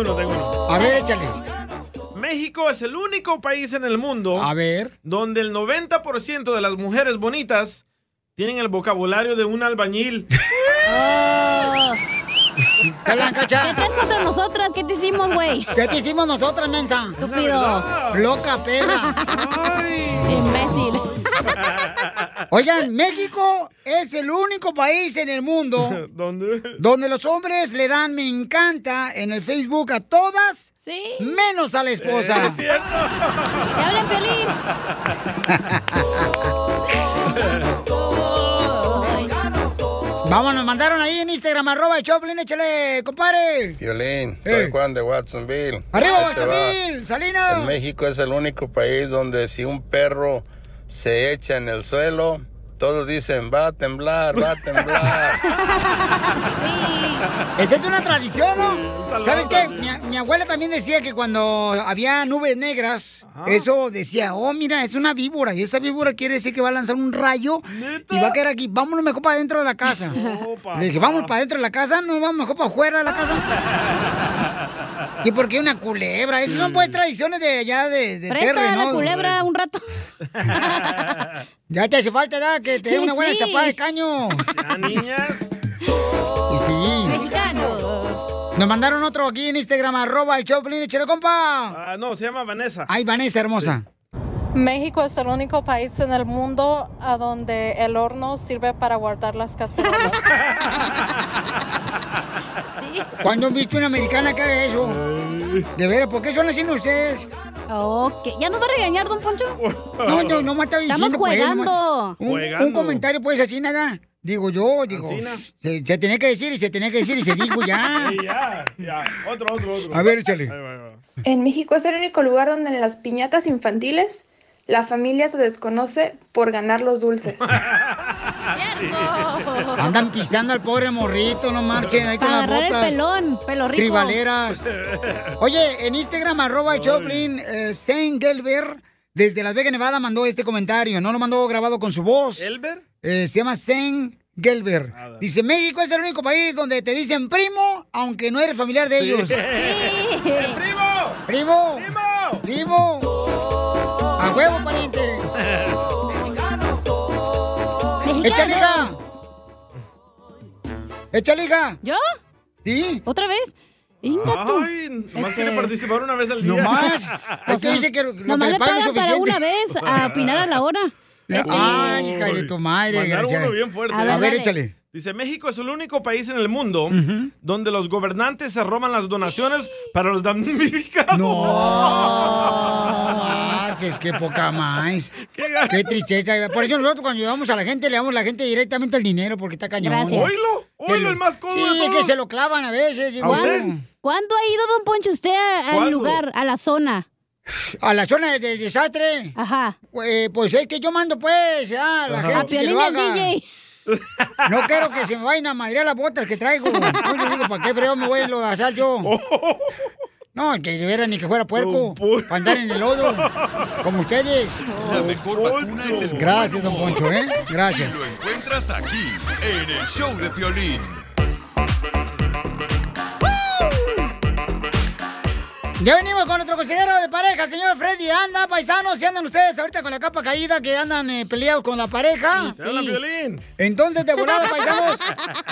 uno, tengo uno. A ver, échale. México es el único país en el mundo A ver. donde el 90% de las mujeres bonitas tienen el vocabulario de un albañil. *laughs* ¿Qué la Cacha? ¿Qué traes contra nosotras? ¿Qué te hicimos, güey? ¿Qué te hicimos nosotras, mensa? Estúpido. Loca, perra. Imbécil. *laughs* Oigan, México es el único país en el mundo ¿Dónde? donde los hombres le dan me encanta en el Facebook a todas, menos a la esposa. *laughs* Es *laughs* cierto. ¡Te hablan, Piolín! Vamos, nos mandaron ahí en Instagram, arroba el Choplin, échale, compadre. Violín, soy Eh. Juan de Watsonville. Arriba, Ahí te va. Guasamil, Salinas. En México es el único país donde si un perro se echa en el suelo, todos dicen, va a temblar, va a temblar. *laughs* Esa es una tradición, ¿no? saludo ¿Sabes qué? Mi, también. mi abuela también decía que cuando había nubes negras, eso decía, oh, mira, es una víbora. Y esa víbora quiere decir que va a lanzar un rayo y va a caer aquí. Vámonos mejor para adentro de la *laughs* casa. Le dije, vamos para adentro de la casa, no vamos mejor para afuera de la casa. *laughs* Ah, ¿Y por qué una culebra? Esas son Mm. pues tradiciones de allá de, de Presta Terre, la ¿no? culebra un rato. *laughs* Ya te hace falta, ¿verdad? Que te dé una buena Sí. chapada de *laughs* caño. niñas. Y sí. Nos mandaron otro aquí en Instagram, arroba el Choplin, échale, compa. Ah, no, se llama Vanessa. Ay, Vanessa, hermosa. México es el único país en el mundo a donde el horno sirve para guardar las cacerolas. ¿Cuándo han visto una americana que haga eso? De veras, ¿por qué son así ustedes? Ok, ¿ya nos va a regañar, don Poncho? No, no, no me está diciendo. Estamos pues, jugando. nomás. un, un comentario, pues, así nada. Digo yo, digo. Así, ¿no? Se, se tenía que decir y se tenía que decir y se dijo ya. Sí, ya, ya. Otro, otro, otro. A ver, échale. Ahí va, ahí va. *laughs* En México es el único lugar donde en las piñatas infantiles la familia se desconoce por ganar los dulces. *laughs* Andan pisando al pobre morrito, no marchen ahí con Para las agarrar botas. el pelón, pelo rico. Tribaleras. Oye, en Instagram, arroba el Choplin, eh, Zen Gelber, desde Las Vegas, Nevada, mandó este comentario. No lo mandó grabado con su voz. ¿Gelber? Eh, se llama Zen Gelber. Dice, México es el único país donde te dicen primo, aunque no eres familiar de Sí. ellos. Sí. ¡El primo! ¡Primo! ¡Primo! ¡Primo! ¡A huevo, pariente! ¡Échale, hija! ¡Échale, hija! ¿Yo? ¿Sí? ¿Otra vez? Ay, nomás Este, quiere participar una vez al día. *laughs* Nomás. Es Este, que dice que lo que Nomás le me pagan pagan es para suficiente. una vez *laughs* a opinar a la hora. Este, Ay, hija de tu madre. Mandaron desgraciada. uno bien fuerte. A ver, ¿eh? échale. Dice, México es el único país en el mundo donde los gobernantes se roban las donaciones para los damnificados. Marches, qué poca más. Qué tristeza. Por eso nosotros cuando ayudamos a la gente, le damos a la gente directamente el dinero porque está cañón. Gracias. Oílo, oílo, el más cómodo de Sí, es que todos. se lo clavan a veces. ¿Cuándo, Igual. cuándo ha ido, don Poncho, usted a- al ¿Cuándo? lugar, a la zona? A la zona del, del desastre. Ajá. Eh, pues es que yo mando, pues, a la Ajá. gente. A Piolín y al DJ. *laughs* No quiero que se me vayan a madrear las botas *laughs* que traigo. Entonces digo, ¿para qué breo me voy a enlodazar yo? No, que de veras ni que fuera puerco. Para andar en el hoyo. Como ustedes. La mejor vacuna es el buen Gracias, don humor. Poncho, ¿eh? Gracias. Y lo encuentras aquí, en el show de Piolín. Ya venimos con nuestro consejero de pareja, señor Freddy. Anda, paisanos, si andan ustedes ahorita con la capa caída, que andan eh, peleados con la pareja. Sí, sí. Te habla Piolín. Entonces, de volada, *laughs* paisanos,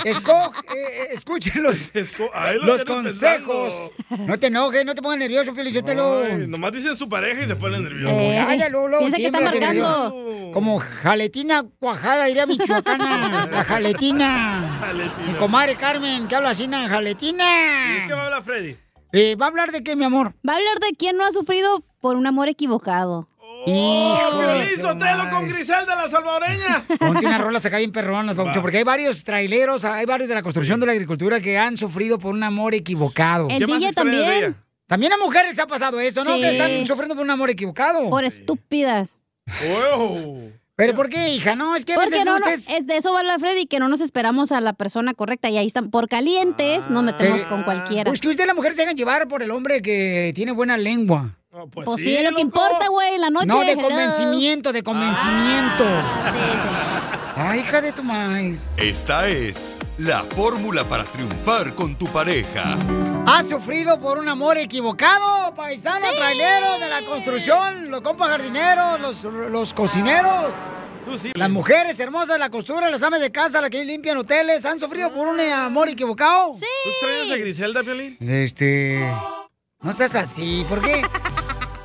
esco- eh, escuchen los, *laughs* ahí lo los tengo consejos. No te enojes, no te pongas nervioso, Piolín, yo te lo... Ay, nomás dicen su pareja y se ponen nerviosos. Eh, Ay, luego, luego, piensa que está tiembla, tiembla. marcando. Como jaletina cuajada, diría michoacana. La jaletina. Mi comadre Carmen, que habla así, na, jaletina. ¿Y de qué va a hablar Freddy? Eh, ¿Va a hablar de qué, mi amor? Va a hablar de quién no ha sufrido por un amor equivocado. Hijo de Oh, Piolín su Sotelo madre. con Griselda, la salvadoreña! Ponte unas rolas acá bien perronas, Pabucho, porque hay varios traileros, hay varios de la construcción de la agricultura que han sufrido por un amor equivocado. El ¿Qué más DJ extrañas de también. ella? También a mujeres ha pasado eso, ¿no? Sí. Que están sufriendo por un amor equivocado. Oh. Por estúpidas. ¿Pero por qué, hija? No, es que a Porque veces no, eh, no, ustedes... es de eso va la Freddy, que no nos esperamos a la persona correcta y ahí están. Por calientes nos metemos Pero- con cualquiera. Ah. Pues que ustedes las mujeres se dejan llevar por el hombre que tiene buena lengua. Pues, sí, es lo que importa, güey, en la noche. No, de hello. Ah, convencimiento, de convencimiento. sí, Ay, hija de tu maíz. Esta es la fórmula para triunfar con tu pareja. ¿Has sufrido por un amor equivocado, paisano trailero de la construcción, los compas jardineros, los, los cocineros? Las mujeres hermosas, la costura, las amas de casa, las que limpian hoteles, ¿han sufrido por un eh, amor equivocado? Sí. ¿Tú extrañas a Griselda, Piolín? Este. No seas así, ¿por *laughs* qué?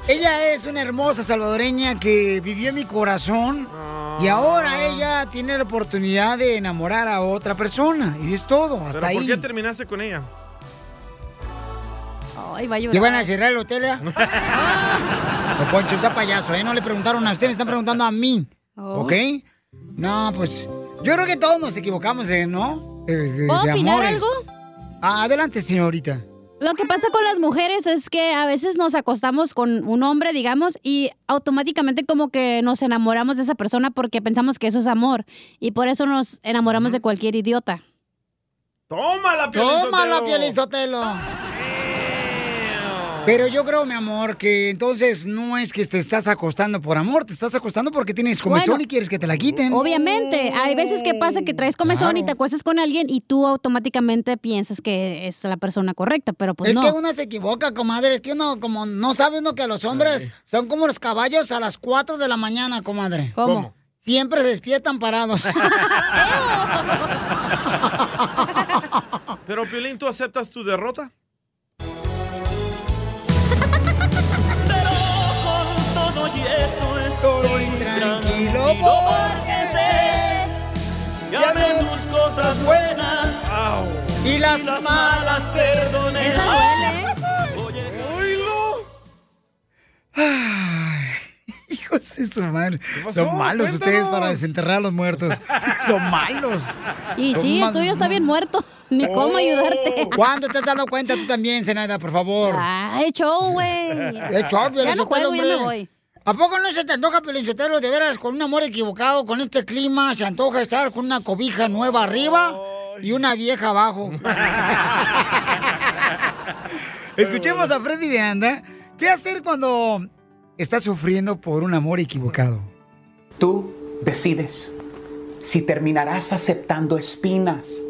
ella es una hermosa salvadoreña que vivió en mi corazón y Ah. ahora ella tiene la oportunidad de enamorar a otra persona. Y es todo, hasta ¿Pero ahí. por qué terminaste con ella? Ay, va a llorar. ¿Le van a cerrar el hotel *laughs* ya? No, Poncho, sea payaso, ¿eh? No le preguntaron a usted, me están preguntando a mí. Oh. ¿Ok? No, pues. Yo creo que todos nos equivocamos, ¿eh? ¿No? De, de- ¿Puedo de opinar amores. algo? Ah, adelante, señorita. Lo que pasa con las mujeres es que a veces nos acostamos con un hombre, digamos, y automáticamente como que nos enamoramos de esa persona porque pensamos que eso es amor y por eso nos enamoramos de cualquier idiota. ¡Tómala, Piolín Tómala, Sotelo! Piolín Sotelo. Pero yo creo, mi amor, que entonces no es que te estás acostando por amor, te estás acostando porque tienes comezón Bueno. y quieres que te la quiten. Obviamente, hay veces que pasa que traes comezón y te acuestas con alguien y tú automáticamente piensas que es la persona correcta, pero pues es no. que uno se equivoca, comadre. Es que uno, como no sabe uno que los hombres son como los caballos a las 4 de la mañana, comadre. ¿Cómo? ¿Cómo? Siempre se despiertan parados. Ah. Pero, Piolín, ¿tú aceptas tu derrota? todo y eso estoy tranquilo porque sé que amé tus cosas buenas y las, malas perdoné. Esa ¿eh? *laughs* Hijos de su madre. *laughs* Son malos ustedes para desenterrar a los *laughs* muertos. Son malos. Y sí, el tuyo está bien muerto. *laughs* Ni cómo ayudarte. Oh. *laughs* ¿Cuándo te has dado cuenta tú también, Zenaida, por favor? Ah, he show, güey. He Ya show, Piolinsotelo, no juego, ya hombre. me voy. ¿A poco no se te antoja, Pelinchotero, de veras, con un amor equivocado, con este clima, se antoja estar con una cobija nueva arriba y una vieja abajo? *laughs* Escuchemos a Freddy de Anda. ¿Qué hacer cuando estás sufriendo por un amor equivocado? Tú decides si terminarás aceptando espinas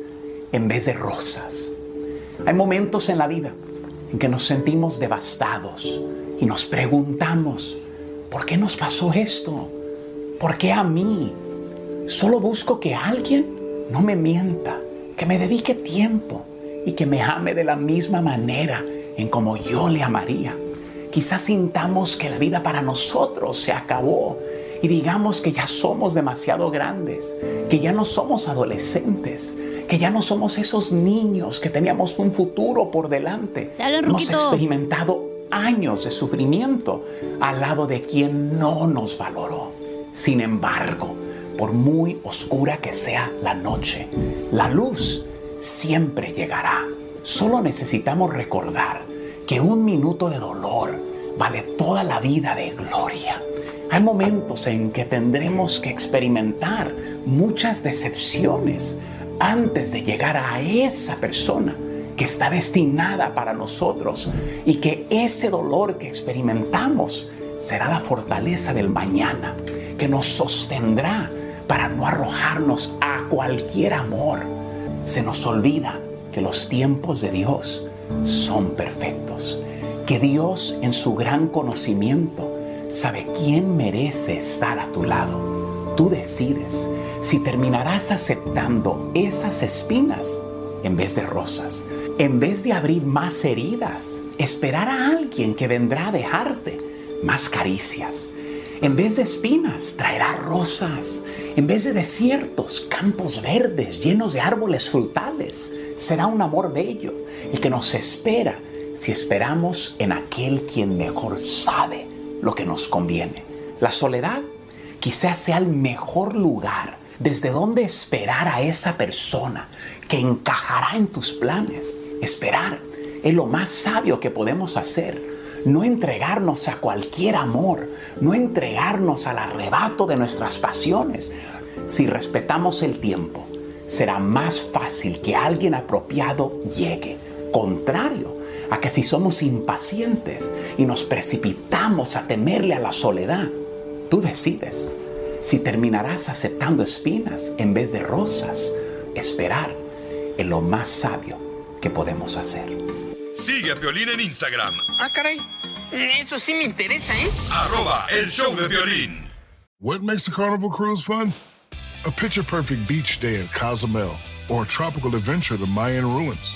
en vez de rosas. Hay momentos en la vida en que nos sentimos devastados y nos preguntamos, ¿por qué nos pasó esto? ¿Por qué a mí? Solo busco que alguien no me mienta, que me dedique tiempo y que me ame de la misma manera en como yo le amaría. Quizás sintamos que la vida para nosotros se acabó y digamos que ya somos demasiado grandes, que ya no somos adolescentes, que ya no somos esos niños que teníamos un futuro por delante. Dale, Hemos Ruquito. experimentado años de sufrimiento al lado de quien no nos valoró. Sin embargo, por muy oscura que sea la noche, la luz siempre llegará. Solo necesitamos recordar que un minuto de dolor vale toda la vida de gloria. Hay momentos en que tendremos que experimentar muchas decepciones antes de llegar a esa persona que está destinada para nosotros y que ese dolor que experimentamos será la fortaleza del mañana que nos sostendrá para no arrojarnos a cualquier amor. Se nos olvida que los tiempos de Dios son perfectos que Dios en su gran conocimiento sabe quién merece estar a tu lado. Tú decides si terminarás aceptando esas espinas en vez de rosas, en vez de abrir más heridas, esperar a alguien que vendrá a dejarte más caricias. En vez de espinas, traerá rosas. En vez de desiertos, campos verdes llenos de árboles frutales. Será un amor bello, el que nos espera si esperamos en aquel quien mejor sabe lo que nos conviene. La soledad quizás sea el mejor lugar desde donde esperar a esa persona que encajará en tus planes. Esperar es lo más sabio que podemos hacer. No entregarnos a cualquier amor, no entregarnos al arrebato de nuestras pasiones. Si respetamos el tiempo, será más fácil que alguien apropiado llegue. Contrario a que si somos impacientes y nos precipitamos a temerle a la soledad, tú decides si terminarás aceptando espinas en vez de rosas. Esperar es lo más sabio que podemos hacer. Sigue a Piolín en Instagram, *laughs* Ah, caray. Eso sí me interesa, ¿eh? arroba el show de violín. What makes the Carnival cruise fun? A picture perfect beach day at Cozumel or a tropical adventure to Mayan ruins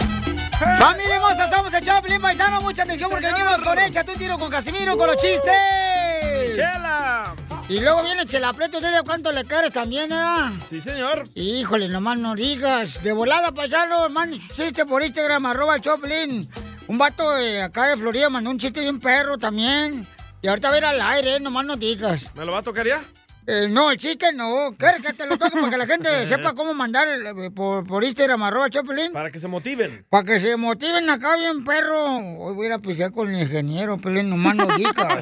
¡Familia hermosa! ¡Somos el Choplin Paisano! ¡Mucha atención porque venimos con Echa tu tiro con Casimiro con los chistes! ¡Chela! Y luego viene Chela Prieto, ¿usted de cuánto le quieres también, eh? Sí, señor. Híjole, nomás no digas. De volada, paisano, mande su chiste por Instagram, arroba el Choplin. Un vato de acá de Florida mandó un chiste de un perro también. Y ahorita va a ir al aire, eh, nomás no digas. ¿Me lo va a tocar ya? Eh, no, el chiste no. ¿Quieres que te lo toque para que *laughs* la gente sepa cómo mandar eh, por, por Instagram, arroba el Choplin? Para que se motiven. Para que se motiven acá bien, perro. Hoy voy a ir a pisear con el ingeniero, Pelín, nomás no *laughs* digas.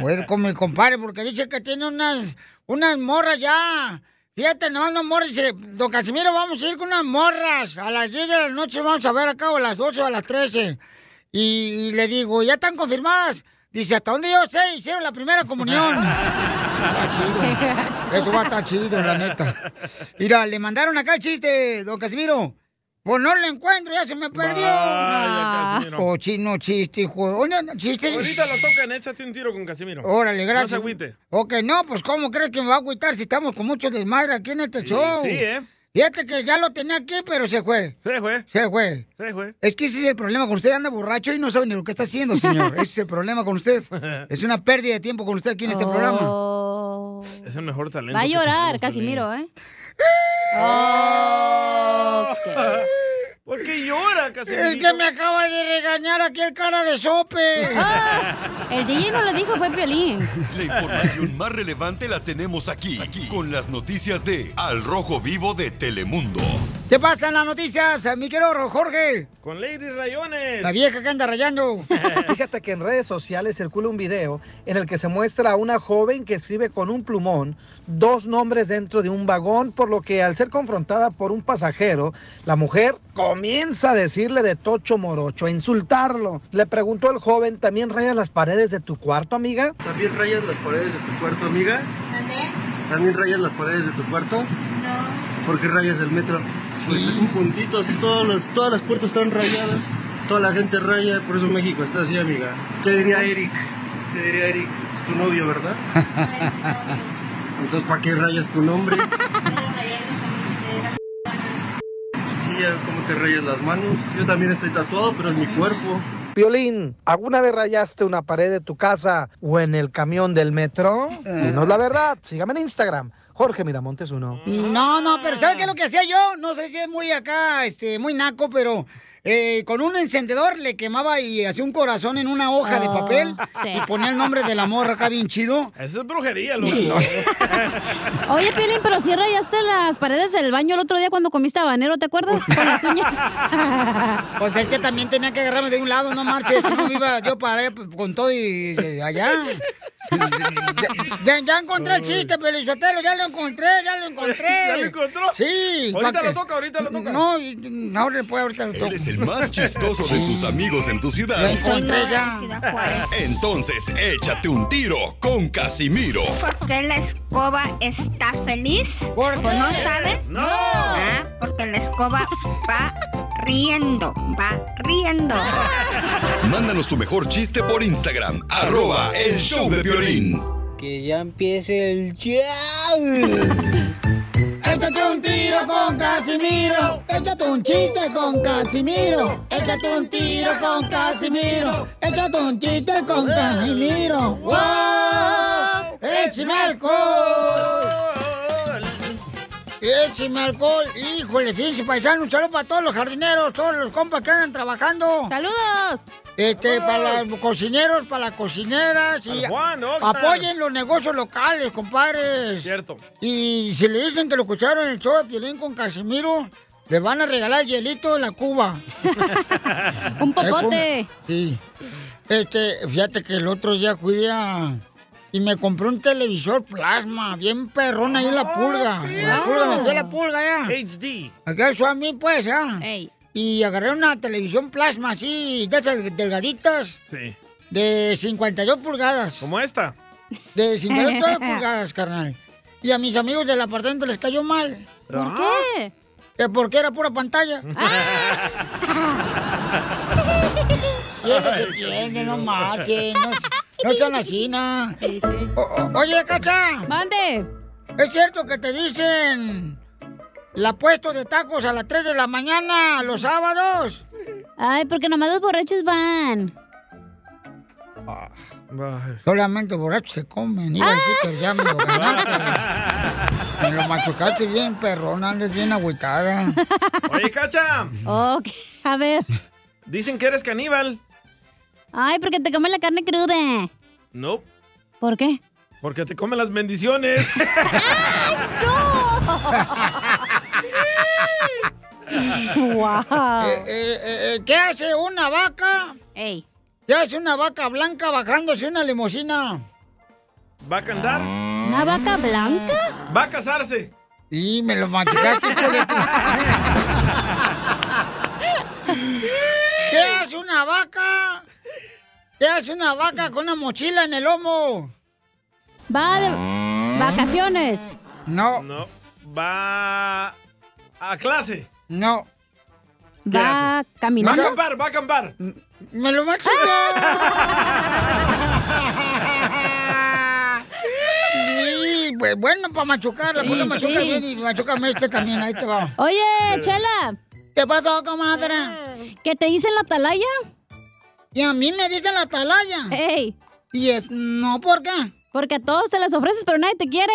Voy a ir con mi compadre, porque dice que tiene unas, unas morras ya. Fíjate, no, no morras. Dice, don Casimiro, vamos a ir con unas morras. A las 10 de la noche vamos a ver acá, o a las 12 o a las 13. Y, y le digo, ¿ya están confirmadas? Dice, ¿hasta dónde yo sé? Hicieron la *laughs* primera comunión. Está chido. Eso va a estar chido, la neta. Mira, le mandaron acá el chiste, don Casimiro. Pues no lo encuentro, ya se me perdió. Vaya, Casimiro. Cochino chiste, hijo. ¿Dónde anda el chiste? Ahorita lo tocan, échate un tiro con Casimiro. Órale, gracias. No se agüite. Ok, no, pues ¿cómo crees que me va a agüitar si estamos con mucho desmadre aquí en este Sí, show? sí, ¿eh? Fíjate que ya lo tenía aquí, pero se fue. Se fue. Se fue. Sí, güey. Es que ese es el problema con usted, anda borracho y no sabe ni lo que está haciendo, señor. *laughs* Ese es el problema con usted. Es una pérdida de tiempo con usted aquí en este programa. Es el mejor talento. Va a que Oh. llorar, tenemos, Piolín. Casimiro, *laughs* ¿eh? ¿Por qué llora, Casimiro? Es que me acaba de regañar aquí el cara de sope. Ah, El DJ no lo dijo, fue Piolín. La información más relevante la tenemos aquí, aquí, con las noticias de Al Rojo Vivo de Telemundo. ¿Qué pasa en las noticias, mi querido Jorge? Con Lady Rayones. La vieja que anda rayando. *laughs* Fíjate que en redes sociales circula un video en el que se muestra a una joven que escribe con un plumón dos nombres dentro de un vagón, por lo que al ser confrontada por un pasajero, la mujer comienza a decirle de tocho morocho, a insultarlo. Le preguntó el joven, ¿también rayas las paredes de tu cuarto, amiga? ¿También rayas las paredes de tu cuarto, amiga? ¿También rayas las paredes de tu cuarto? No. ¿Por qué rayas el metro? Pues es un puntito, así todas las, todas las puertas están rayadas. Toda la gente raya, por eso México está así, amiga. ¿Qué diría Eric? ¿Qué diría Eric? Es tu novio, ¿verdad? Entonces, ¿para qué rayas tu nombre? Sí, ya como te rayas las manos. Yo también estoy tatuado, pero es mi cuerpo. Violín, ¿alguna vez rayaste una pared de tu casa o en el camión del metro? Dinos la verdad, sígame en Instagram, Jorge Miramontes uno. No, no, pero ¿sabes qué es lo que hacía yo? No sé si es muy acá, este, muy naco, pero eh, con un encendedor le quemaba y hacía un corazón en una hoja de Oh, papel sí. y ponía el nombre de la morra acá bien chido. Eso es brujería, loco. Oye, Piolín, pero sí rayaste las paredes del baño el otro día cuando comiste habanero, ¿te acuerdas? Con las uñas. *laughs* Pues es que también tenía que agarrarme de un lado, no marches, si no iba yo para allá con todo y eh, allá. Ya, ya encontré el chiste, Pelizotelo, ya lo encontré, ya lo encontré. *laughs* ¿Ya lo encontró? Sí. Ahorita pa' que- lo toca, ahorita lo toca. No, y- no, después ahorita lo toca. Él es el más chistoso *laughs* de tus amigos en tu Lo ciudad. encontré ya. pues. Entonces, échate un tiro con Casimiro. ¿Por qué la escoba está feliz? ¿Pues no saben? No. Ah, porque la escoba va riendo, va riendo. Mándanos tu mejor chiste por Instagram, arroba el show de violín. Que ya empiece el jazz. Échate un tiro con Casimiro. Échate un chiste con Casimiro. Échate un tiro con Casimiro. Échate un chiste con Casimiro. ¡Wow! ¡Échame alcohol! ¡Échame alcohol! Híjole, fíjense, paisano. Un saludo para todos los jardineros, todos los compas que andan trabajando. ¡Saludos! Este, para los cocineros, para las cocineras. Al Y Juan, ¿no? Que está- apoyen los negocios locales, compadres. Cierto. Y si le dicen que lo escucharon en el show de Piolín con Casimiro, le van a regalar hielito en la cuba. Un popote. Eh, con- Sí. Este, fíjate que el otro día fui a... Y me compré un televisor plasma, bien perrón ahí en la pulga. En la pulga, me fui a la pulga ya. HD. Acá eso a mí, pues, ¿ah? Y agarré una televisión plasma así, de esas delgaditas, Sí. de 52 pulgadas. ¿Cómo esta? *laughs* De 52 pulgadas, carnal. Y a mis amigos del apartamento les cayó mal. ¿Por Ah. qué? porque era *laughs* pura pantalla. Ah. Y es lo que tiene, no marchen, no, no sean así, na. O- o- Oye, Cacha. Mande. ¿Es cierto que te dicen la puesto de tacos a las 3 de la mañana los sábados? Ay, porque nomás los borrachos van. Ah, Solamente borrachos se comen. Ah. Iba a decir que ya me lo ganaste. Me lo machucaste bien, perrón. Andes bien agüitada. Oye, Cacha. *laughs* Ok, a ver. Dicen que eres caníbal. Ay, porque te comes la carne cruda. No. ¿Por qué? Porque te comen las bendiciones. Wow. Eh, eh, eh, ¿Qué hace una vaca? ¿Qué hace una vaca blanca bajándose una limusina? ¿Va a cantar? ¿Una vaca blanca? ¿Va a casarse? Y me lo machucaste, hijo de tu- ¿Qué hace una vaca? ¿Qué hace una vaca con una mochila en el lomo? Va Ah. de vacaciones. No. No. ¿Va a clase? No. ¿Qué Va hace? Va caminando. a acampar, va a acampar. Mm. Me lo machucaste. *laughs* Sí, pues, bueno, para machucarla, porque Sí, machuca sí. bien y machúcame este también, ahí te va. Oye, Eh, Chela. Eh. ¿Qué pasó, comadre? ¿Qué te dicen la atalaya? Y a mí me dicen la atalaya. ¡Ey! ¿Y es, no por qué? Porque a todos te las ofreces, pero nadie te quiere.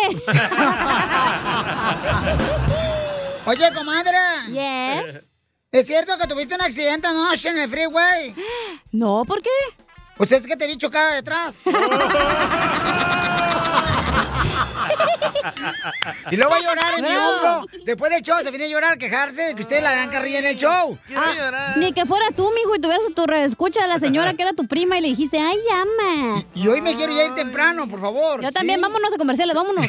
Oye, comadre. Yes. ¿Es cierto que tuviste un accidente anoche en el freeway? *gasps* No, ¿por qué? Pues es que te vi *laughs* chocada detrás. Y luego va a llorar en mi No. hombro. Después del show se viene a llorar, quejarse de que ustedes la dan carrilla en el show. *laughs* Ah, ni que fuera tú, mijo, y tuvieras a tu reescucha a la señora que era tu prima y le dijiste, ay, llama. Y hoy me quiero ya ir temprano, por favor. Yo también, vámonos a comerciales, *laughs* vámonos.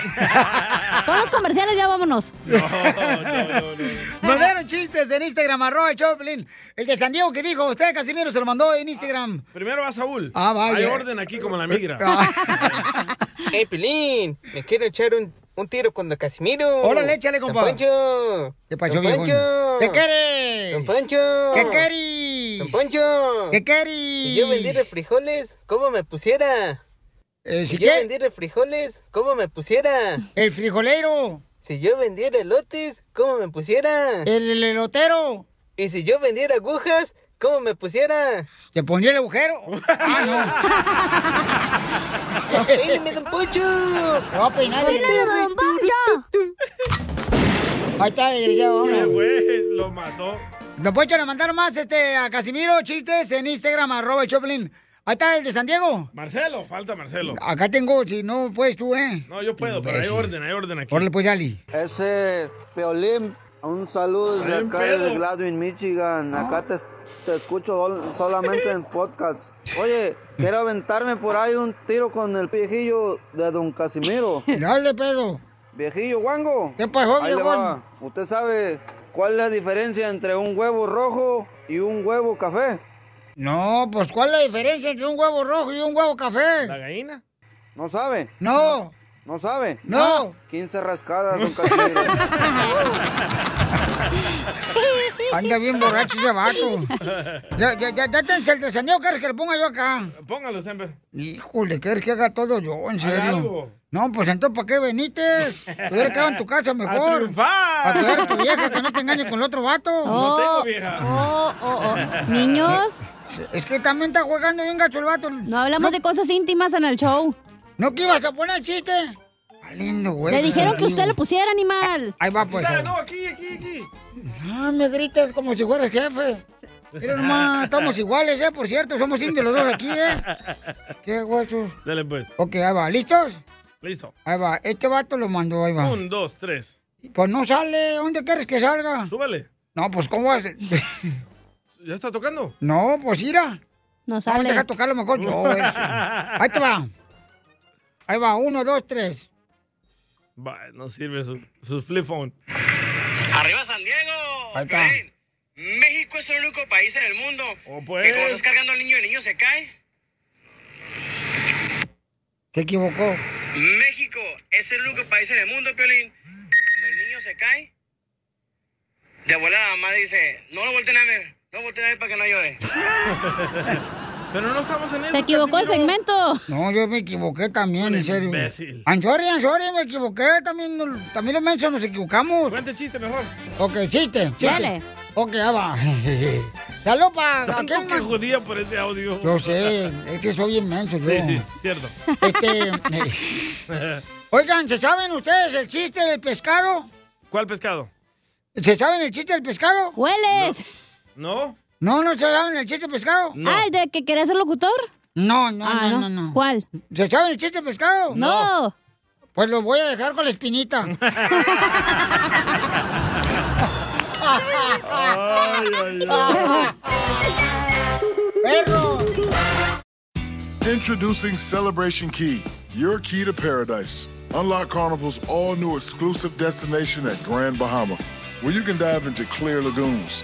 Con los comerciales ya vámonos. Oh, Mandaron chistes en Instagram, arroba el Choplin. El de San Diego que dijo, usted Casimiro se lo mandó en Instagram. Primero va Saúl. Ah, vaya. Ah. Hay orden aquí como la migra. Ah. Hey, Pilín, me quiero echar un, un tiro con Don Casimiro. Órale, échale, Don compa. Poncho. ¿Qué pasó, Don viejón? Poncho. ¿Qué quieres? Don Poncho. ¿Qué quieres? Don Poncho. ¿Qué quieres? Si yo vendiera frijoles, ¿cómo me pusiera? Eh, si yo qué- vendiera frijoles, ¿cómo me pusiera? El frijolero. Si yo vendiera elotes, ¿cómo me pusiera? El elotero. Y si yo vendiera agujas, ¿Cómo me *laughs* pusiera? ¿Te pondría el agujero? ¡Peíname, don Poncho! ¡Te va a peinar! don Ahí está, ya Ya, vamos. güey, lo mató. Don Poncho, le mandaron más este, a Casimiro chistes en Instagram, arroba el Choplin. Ahí está el de San Diego. Marcelo, falta Marcelo. Acá tengo, si no puedes tú, ¿eh? No, yo puedo, pero hay Imbécil. orden, *laughs* hay orden aquí. Órale, pues, Ali. Ese Peolín, un saludo de Ay, acá pedo. de Gladwin, Michigan. Acá te, te escucho sol- solamente en podcast. Oye, quiero aventarme por ahí un tiro con el viejillo de Don *laughs* Casimiro. Dale, pedo. Viejillo Wango. ¿Qué pasó, Ahí le viejón? va. ¿Usted sabe cuál es la diferencia entre un huevo rojo y un huevo café? No, pues ¿cuál es la diferencia entre un huevo rojo y un huevo café? ¿La gallina? ¿No sabe? No. ¿No sabe? No. 15 *laughs* rascadas, Don Casimiro. Anda bien borracho ese *laughs* vato. Ya, ya, ya, ya tenés el de San Diego, ¿quieres que lo ponga yo acá? Póngalo siempre. Híjole, ¿quieres que haga todo yo? En serio. algo. No, pues entonces, ¿para qué veniste? *laughs* Te hubiera quedado en tu casa mejor. ¡A triunfar! Para cuidar a tu vieja, que no te engañe con el otro *laughs* *laughs* vato. No tengo vieja. Oh, oh, oh. *laughs* Niños. Es que también está jugando bien gacho el vato. No hablamos de cosas íntimas en el show. ¿No que ibas a poner chiste? Ah, Lindo, güey. Le dijeron que contigo. usted lo pusiera, animal. Ahí va, pues. Dale, no, aquí, aquí, aquí. Ah, me gritas como si fueras jefe. *laughs* Mira nomás, estamos iguales, ¿eh? Por cierto, somos indios los dos aquí, ¿eh? Qué guachos. *laughs* Dale, pues. Ok, ahí va, ¿listos? Listo. Ahí va, este vato lo mandó, ahí va. Un, dos, tres. Pues no sale, ¿dónde quieres que salga? Súbale. No, pues ¿cómo vas? *laughs* ¿Ya está tocando? no, pues ira. No sale. deja tocarlo mejor yo, eso. Ahí te va. Ahí va, uno, dos, tres. Va, no sirve su, su flip phone. ¡Arriba San Diego! Ahí está. Piolín. México es el único país en el mundo Oh, que Pues. cuando estás cargando al niño, el niño se cae. Se equivocó. México es el único país en el mundo, Piolín. Cuando el niño se cae, de volada la mamá dice, no lo volteen a ver, no volteen a ver para que no llore. *laughs* *laughs* Pero no estamos en eso. Se equivocó el segmento. No, yo me equivoqué también, en serio. imbécil. I'm sorry, I'm sorry, me equivoqué. También, nos- también los mensos nos equivocamos. Cuente chiste mejor. Ok, chiste, chiste. Dale. Ok, ahí va. Salud para Tanto aquel que man- jodía por ese audio. Yo sé, *laughs* es que soy inmenso yo. Sí, sí, cierto. Este, eh, oigan, ¿se saben ustedes el chiste del pescado? ¿Cuál pescado? ¿Se saben el chiste del pescado? ¿Hueles? ¿No? No, no se saben el chiste del pescado. No. Ah, ¿el de que querés ser locutor? No, no, Ah, no, no. no, no. ¿Cuál? ¿Se saben el chiste del pescado? No. Pues lo voy a dejar con *laughs* la espinita. Perro. Introducing Celebration Key, your key to paradise. Unlock Carnival's all new exclusive destination at Grand Bahama, where you can dive into clear lagoons,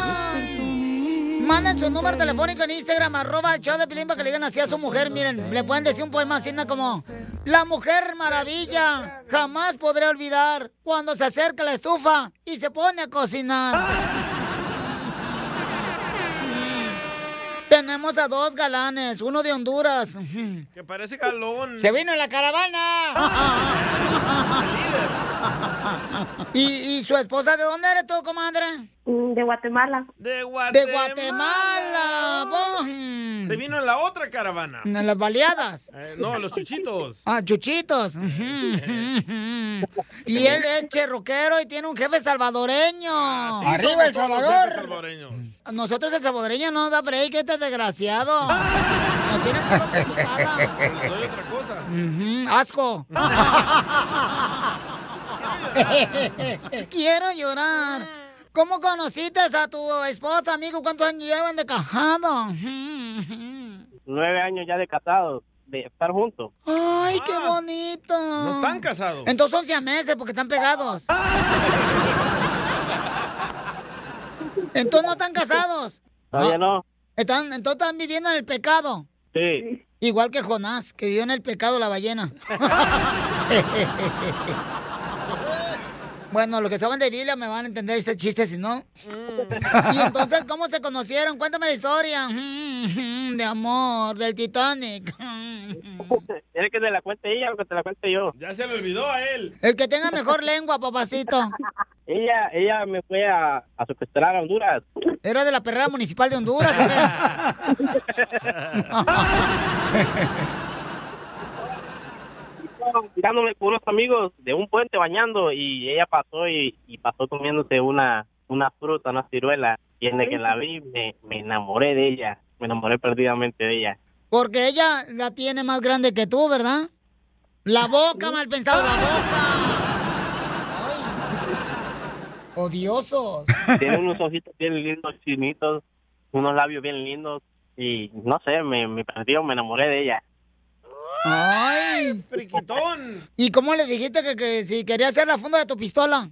Manden su número telefónico en Instagram, arroba el show de Pilín, para que le digan así a su mujer. Miren, le pueden decir un poema así ¿no? como... La mujer maravilla, jamás podré olvidar cuando se acerca la estufa y se pone a cocinar. Tenemos a dos galanes, uno de Honduras. *laughs* Que parece galón. *laughs* ¡Se vino en la caravana! ¿Y, ¿Y su esposa de dónde eres tú, comadre? Mm, De Guatemala. De De Guatemala. vos. Se vino en la otra caravana. En las baleadas. Eh, no, los chuchitos. Ah, chuchitos. Ujú, ujú. y él es cherroquero y tiene un jefe salvadoreño. Ah, Sí, somos todos jefes salvadoreños. Nosotros el salvadoreño no da break, *laughs* este desgraciado. Nos tiene puro preocupada. Les doy otra cosa. Ujú, Asco. *laughs* Quiero llorar. ¿Cómo conociste a tu esposa, amigo? ¿Cuántos años llevan de cajado? Nueve años ya de casados, de estar juntos. Ay, qué Ah. bonito. no están casados. Entonces son siameses porque están pegados. Entonces no están casados. Todavía no. Están, entonces están viviendo en el pecado. Sí. Igual que Jonás, que vivió en el pecado *laughs* la ballena. bueno, los que saben de Biblia me van a entender este chiste, si no. Y entonces, ¿cómo se conocieron? Cuéntame la historia. *laughs* Mm, mm, De amor, del Titanic. ¿Quieres que te la cuente ella o que te la cuente yo? Ya se le olvidó a él. El que tenga mejor lengua, papacito. Ella, ella me fue a, a secuestrar a Honduras. ¿Era de la perrera municipal de Honduras o qué? *laughs* Tirándome con unos amigos de un puente bañando y ella pasó y, y pasó comiéndose una, una fruta, una ciruela. Y desde que la vi me, me enamoré de ella. Me enamoré perdidamente de ella. Porque ella la tiene más grande que tú, ¿verdad? La boca, mal pensado, la boca. Ay. Odiosos. Tiene unos ojitos bien lindos, chinitos, unos labios bien lindos. Y no sé, me, me perdió, me enamoré de ella. Ay. Friquitón. ¿Y cómo le dijiste que, que si quería hacer la funda de tu pistola?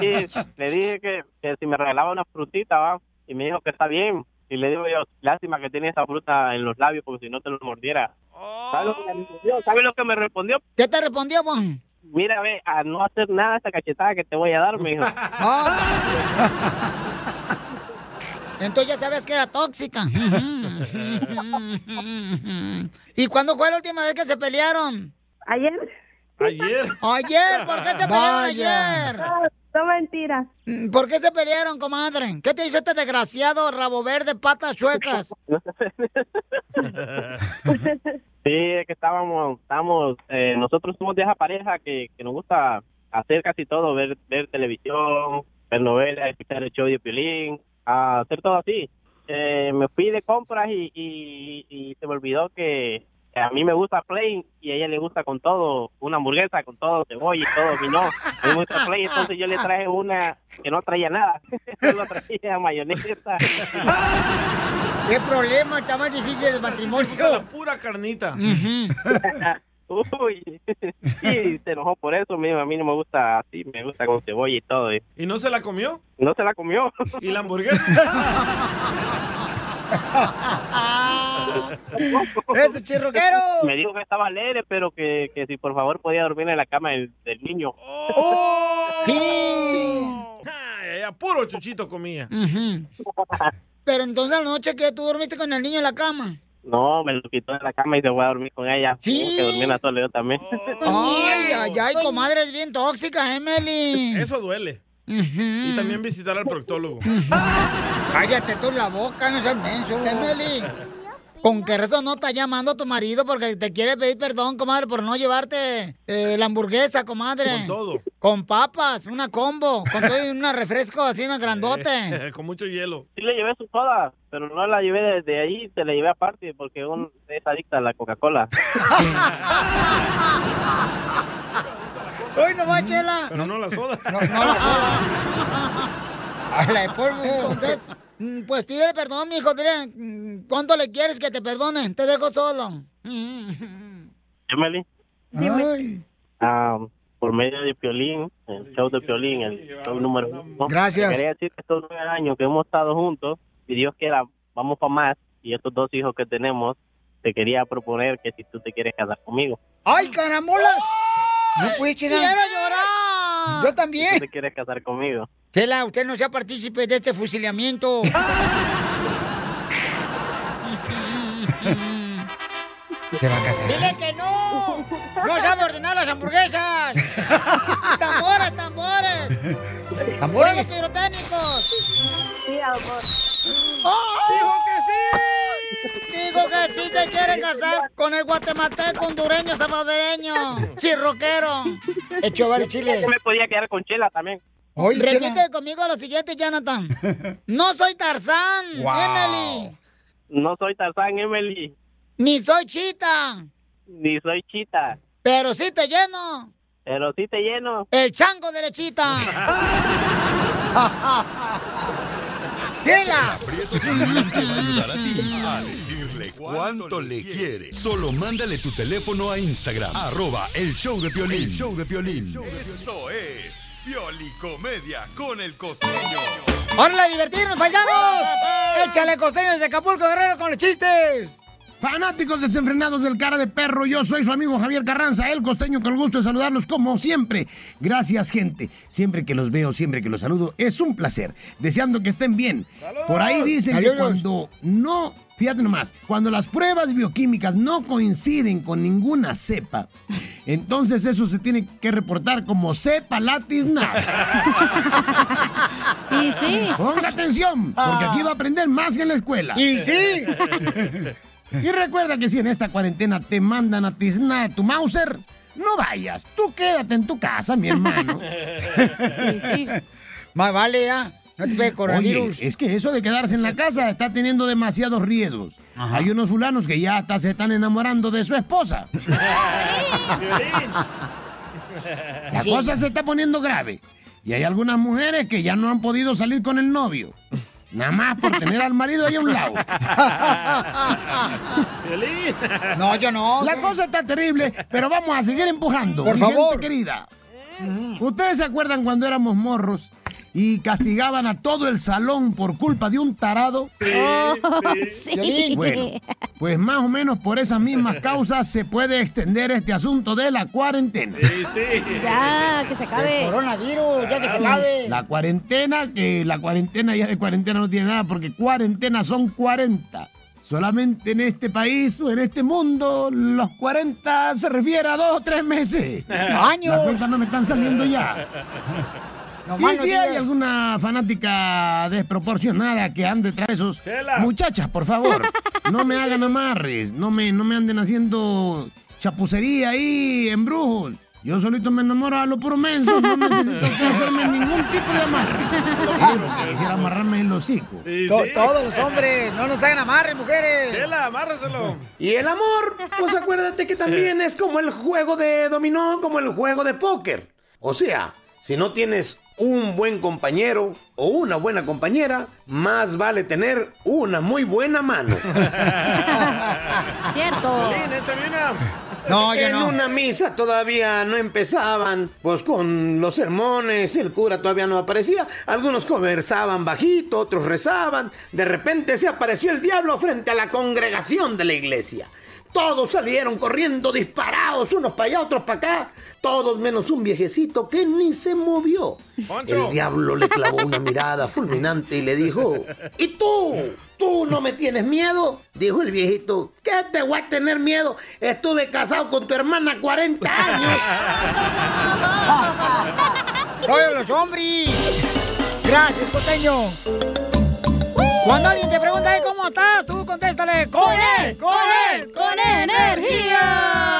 Y le dije que, que si me regalaba una frutita, va, y me dijo que está bien. Y le digo yo, lástima que tiene esa fruta en los labios, porque si no te lo mordiera. ¿Sabes lo que me respondió? ¿Sabes lo que me respondió? ¿Qué te respondió, pues? vos? Mira, ve, a no hacer nada esa cachetada que te voy a dar, me *laughs* dijo. Entonces ya sabes que *laughs* era tóxica. ¿Y cuándo fue la última vez que se pelearon? Ayer. Ayer. Ayer, ¿por qué se pelearon Vaya. ayer? No mentiras. ¿Por qué se pelearon, comadre? ¿Qué te hizo este desgraciado rabo verde, patas chuecas? Oh. Sí, es que estábamos, estábamos eh, nosotros somos de esa pareja que, que nos gusta hacer casi todo, ver, ver televisión, ver novelas, escuchar el show de Piolín, ah, hacer todo así. Eh, me fui de compras y, y, y se me olvidó que a mí me gusta Play y a ella le gusta con todo, una hamburguesa con todo, cebolla y todo, y no, a mí me gusta Play, entonces yo le traje una que no traía nada, *laughs* solo traía *laughs* mayonesa. ¿Qué problema? Está más difícil el matrimonio. Pura carnita. Uy, y se enojó por eso, me dijo, a mí no me gusta así, me gusta con cebolla y todo. y ¿Y no se la comió? No se la comió. ¿Y *laughs* la hamburguesa? ¡Ese chirroquero! Me dijo que estaba alegre, pero que, que si por favor podía dormir en la cama del, del niño. Oh. Ay, ay, ay, puro chuchito comía. Pero entonces anoche que tú dormiste con el niño en la cama. No, me lo quitó de la cama y se fue a dormir con ella. Tengo que dormir en la sola yo también. Oh. Ay, ay, ay, comadre, es bien tóxica, Emily. Eso duele. Y también visitar al proctólogo. *laughs* Cállate tú la boca, no seas menso. Emily, ¿con qué razón no estás llamando a tu marido porque te quiere pedir perdón, comadre, por no llevarte eh, la hamburguesa, comadre? Con todo. Con papas, una combo, con todo y una refresco así, una Eh. grandote. Con mucho hielo. Sí le llevé su soda, pero no la llevé desde ahí, se la llevé aparte porque un, es adicta a la Coca-Cola. ¡Uy, no va, Chela! Pero no la soda. No, no la soda. *laughs* A la de polvo. Entonces, mm, pues pídele perdón, mijo. Dile, mm, ¿cuánto le quieres que te perdonen? Te dejo solo. Emily, Ay. ah, por medio de Piolín, el show de Piolín, el show número uno. Gracias. te Quería decir que estos nueve años que hemos estado juntos, y Dios quiera, vamos para más, y estos dos hijos que tenemos, te quería proponer que si tú te quieres casar conmigo, ¡Ay, caramolas! No puedes Chela. ¡Quiero llorar! Yo si tú también. te quieres casar conmigo. Chela, usted no sea partícipe de este *laughs* fusilamiento. *laughs* Se va a casar. Dile que no. No sabe ordenar las hamburguesas. ¡Tambores, tambores! ¡Tambores pirotécnicos! Sí, amor. ¡Dijo que sí! Dijo que sí se quiere casar con el guatemalteco, hondureño, salvadoreño, chirroquero. Hecho a varios chiles. Yo me podía quedar con Chela también. Oye, Repite conmigo lo siguiente, Jonathan. No soy Tarzán, Wow. Emily, No soy Tarzán, Emily, ni soy Chita, ni soy Chita, pero sí te lleno pero sí te lleno. el chango *laughs* de lechita. ¡Chela! Prieto también te va a ayudar a ti a decirle cuánto le quiere. Solo mándale tu teléfono a Instagram, arroba el show de Piolín. El show de Esto es Piolicomedia con el costeño. ¡Órale, a divertirnos, paisanos! ¡Échale costeños de Acapulco, Guerrero, con los chistes! Fanáticos desenfrenados del cara de perro, yo soy su amigo Javier Carranza, el costeño, con el gusto de saludarlos como siempre. Gracias, gente. Siempre que los veo, siempre que los saludo, es un placer. Deseando que estén bien. Por ahí dicen Saludos. que cuando no, fíjate nomás, cuando las pruebas bioquímicas no coinciden con ninguna cepa, entonces eso se tiene que reportar como cepa latis nas. Y sí. Ponga atención, porque aquí va a aprender más que en la escuela. Y sí. Y recuerda que si en esta cuarentena te mandan a tiznar tu Mauser, no vayas. Tú quédate en tu casa, mi *laughs* hermano. Más vale ya. No te pegue Oye, coronavirus. es que eso de quedarse en la casa está teniendo demasiados riesgos. Hay unos fulanos que ya hasta se están enamorando de su *laughs* esposa. La Sí. cosa se está poniendo grave. Y hay algunas mujeres que ya no han podido salir con el novio. Nada más por tener al marido ahí a un lado. No, yo no. La cosa está terrible, pero vamos a seguir empujando. Por mi gente favor. Eh. querida. ¿Ustedes se acuerdan cuando éramos morros y castigaban a todo el salón por culpa de un tarado? Sí, Oh, sí. *laughs* sí. Bueno, pues más o menos por esas mismas causas se puede extender este asunto de la cuarentena. Ya, que se acabe. El coronavirus, ya que se acabe. La cuarentena, que la cuarentena ya de cuarentena no tiene nada, porque cuarentena son 40. Solamente en este país o en este mundo, los 40 se refiere a dos o tres *laughs* meses. Años. Las cuentas no me están saliendo ya. No y más no si hay digas. alguna fanática desproporcionada que ande tras esos... Chela. Muchachas, por favor, no me hagan amarres, no me, no me anden haciendo chapucería ahí, embrujos. Yo solito me enamoro a lo puro menso, *laughs* no necesito que hacerme ningún tipo de amarre. Eh, porque quisiera amarrarme el hocico. To- Todos los hombres, no nos hagan amarre, mujeres. Chela, amárraselo. Y el amor, pues acuérdate que también es como el juego de dominó, como el juego de póker. O sea, si no tienes un buen compañero o una buena compañera, más vale tener una muy buena mano. Cierto. Piolín, échame una. en una misa todavía no empezaban, pues con los sermones, el cura todavía no aparecía, algunos conversaban bajito, otros rezaban, de repente se apareció el diablo frente a la congregación de la iglesia. Todos salieron corriendo disparados, unos para allá, otros para acá, todos menos un viejecito que ni se movió. Poncho. El diablo le clavó una mirada fulminante y le dijo, ¿y tú? ¿Tú no me tienes miedo? Dijo el viejito, ¿qué te voy a tener miedo? Estuve casado con tu hermana 40 años. ¡Oye, los hombres! Gracias, costeño. Cuando alguien te pregunta, "Hey, ¿cómo estás? Tú contéstale, ¡con él! ¡Con él! ¡Con energía!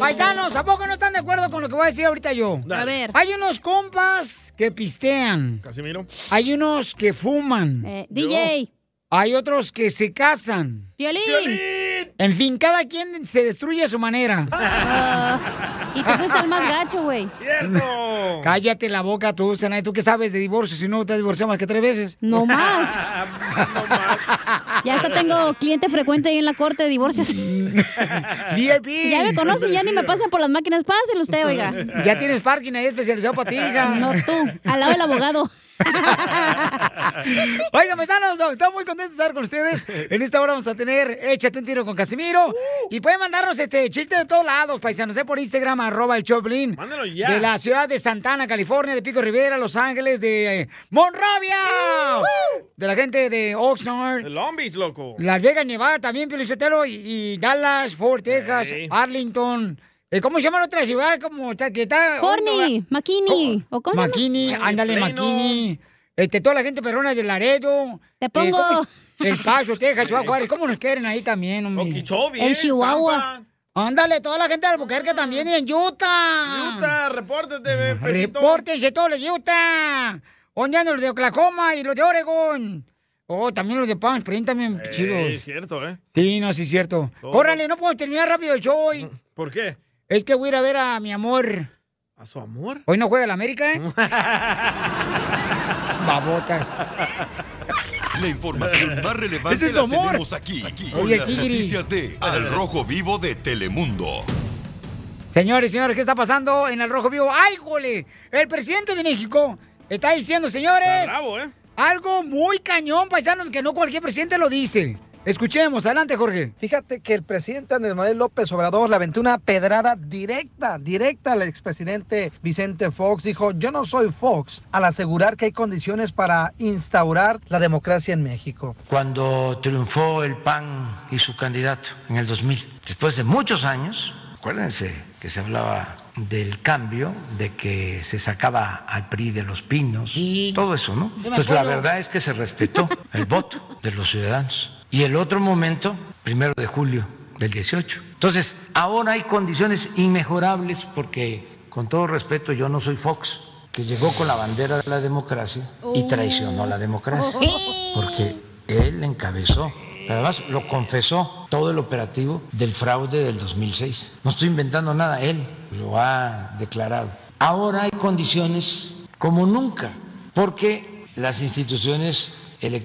Paisanos, ¿a poco no están de acuerdo con lo que voy a decir ahorita yo? Dale. A ver. Hay unos compas que pistean. Casimiro. Hay unos que fuman. DJ. Hay otros que se casan. Violín. En fin, cada quien se destruye a su manera. Y tú fuiste el más gacho, güey. *laughs* Cállate la boca tú, Zanay. ¿Tú qué sabes de divorcio si no te has divorciado más que tres veces? *laughs* No más. Ya hasta tengo cliente frecuente ahí en la corte de *laughs* divorcios. VIP. Ya me conocen, ya ni me pasan por las máquinas. Pásenlo usted, oiga. Ya tienes parking ahí especializado para ti, hija. No tú, al lado del abogado. Oigan, paisanos, estamos muy contentos de estar con ustedes. En esta hora vamos a tener Échate un tiro con Casimiro. Uh. Y pueden mandarnos este chiste de todos lados, paisanos, eh, por Instagram, arroba el Choplin. Mándalo ya. De la ciudad de Santana, California, de Pico Rivera, Los Ángeles, de eh, Monrovia. De la gente de Oxnard. Long Beach, loco. Las Vegas, Nevada también, Pio Lizotero, y, y Dallas, Fort Texas, Arlington, Eh, ¿Cómo se llama la otra ciudad? Como está, que está Corny, Makini. ¿o cómo se llama? Makini, ándale, Plano. Makini. Este, toda la gente perrona de Laredo. Te pongo. *laughs* el Paso, Texas, Chihuahua, Juárez. ¿Cómo nos quieren ahí también, hombre? Okeechobee, el El Chihuahua. Chihuahua. Ándale, toda la gente de Albuquerque también y en Utah. Utah, repórtate, bebé. Repórtense todos los de Utah. ¿Dónde andan los de Oklahoma y los de Oregon? Oh, también los de Palm Springs también Sí, chidos. Eh, cierto, ¿eh? Sí, no, sí, es cierto. Todo. Córrale, no puedo terminar rápido el show hoy. ¿Por qué? Es que voy a ir a ver a mi amor. ¿A su amor? Hoy no juega *laughs* la América, ¿eh? Babotas. La información más relevante Ese es la amor. tenemos aquí, aquí, con Oye, las Tigris. noticias de Al Rojo Vivo de Telemundo. Señores, señores, ¿qué está pasando en el Rojo Vivo? ¡Ay, jole! El presidente de México está diciendo, señores, Está bravo, ¿eh? algo muy cañón, paisanos, que no cualquier presidente lo dice. Escuchemos, adelante, Jorge. Fíjate que el presidente Andrés Manuel López Obrador le aventó una pedrada directa, directa al expresidente Vicente Fox. Dijo, yo no soy Fox, al asegurar que hay condiciones para instaurar la democracia en México. cuando triunfó el PAN y su candidato en el 2000. Después de muchos años, acuérdense que se hablaba del cambio, de que se sacaba al PRI de los pinos, todo eso, ¿no? me Entonces la acuerdo. verdad es que se respetó el voto de los ciudadanos. Y el otro momento, primero de julio del 18. Entonces, ahora hay condiciones inmejorables porque, con todo respeto, yo no soy Fox, que llegó con la bandera de la democracia y traicionó la democracia porque él encabezó. pero Además, lo confesó todo el operativo del fraude del 2006. No estoy inventando nada, él lo ha declarado. Ahora hay condiciones como nunca, porque las instituciones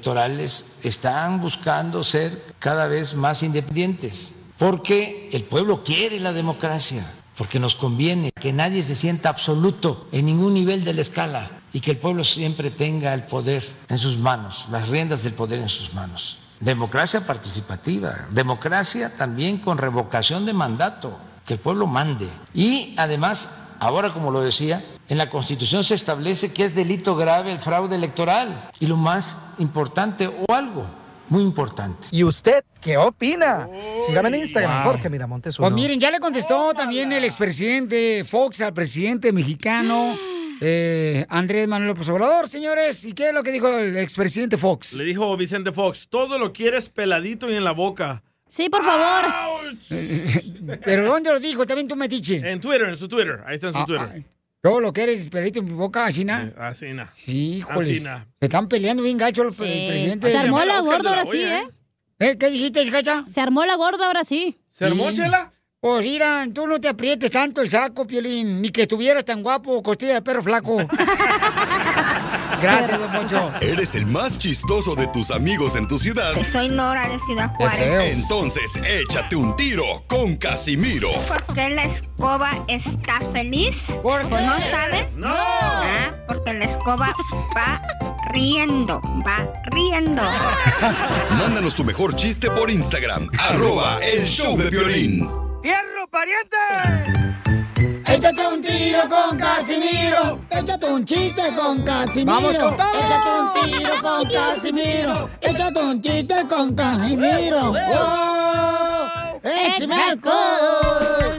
electorales están buscando ser cada vez más independientes, porque el pueblo quiere la democracia, porque nos conviene que nadie se sienta absoluto en ningún nivel de la escala y que el pueblo siempre tenga el poder en sus manos, las riendas del poder en sus manos. Democracia participativa, democracia también con revocación de mandato, que el pueblo mande. Y además, ahora como lo decía, en la Constitución se establece que es delito grave el fraude electoral y lo más importante o algo muy importante. ¿Y usted qué opina? Sígame en Instagram, Wow. Jorge Miramontes. Pues uno. miren, ya le contestó también el expresidente Fox al presidente mexicano eh, Andrés Manuel López Obrador, señores. ¿Y qué es lo que dijo el expresidente Fox? Le dijo Vicente Fox, todo lo quieres peladito y en la boca. Sí, por favor. Ah, ¿Pero dónde lo dijo? También tú metiche. En Twitter, en su Twitter. Ahí está en su Ah, Twitter. ah. Todo lo que eres, pelito en mi boca, así nada. Así, na. Sí, Así, híjole. na. Se están peleando bien gacho el, Sí. el presidente. Se armó la gorda ahora sí, ¿eh? ¿Qué dijiste, gacha? Se armó la gorda ahora sí. Sí. Pues Irán, tú no te aprietes tanto el saco, Piolín, ni que estuvieras tan guapo, costilla de perro *laughs* flaco. Gracias, don Poncho. Eres el más chistoso de tus amigos en tu ciudad. Soy Nora de Ciudad Juárez. Entonces, échate un tiro con Casimiro. ¿Por qué la escoba está feliz? ¿O no saben? No. Ah, porque la escoba va riendo, va riendo. Mándanos tu mejor chiste por Instagram, arroba el show de violín. ¡Fierro, pariente! Échate un tiro con Casimiro. Échate un chiste con Casimiro. ¡Vamos con todo! Échate un tiro con Casimiro. Échate un chiste con Casimiro. Eh, ¡Wow! ¡Échame *laughs* alcohol!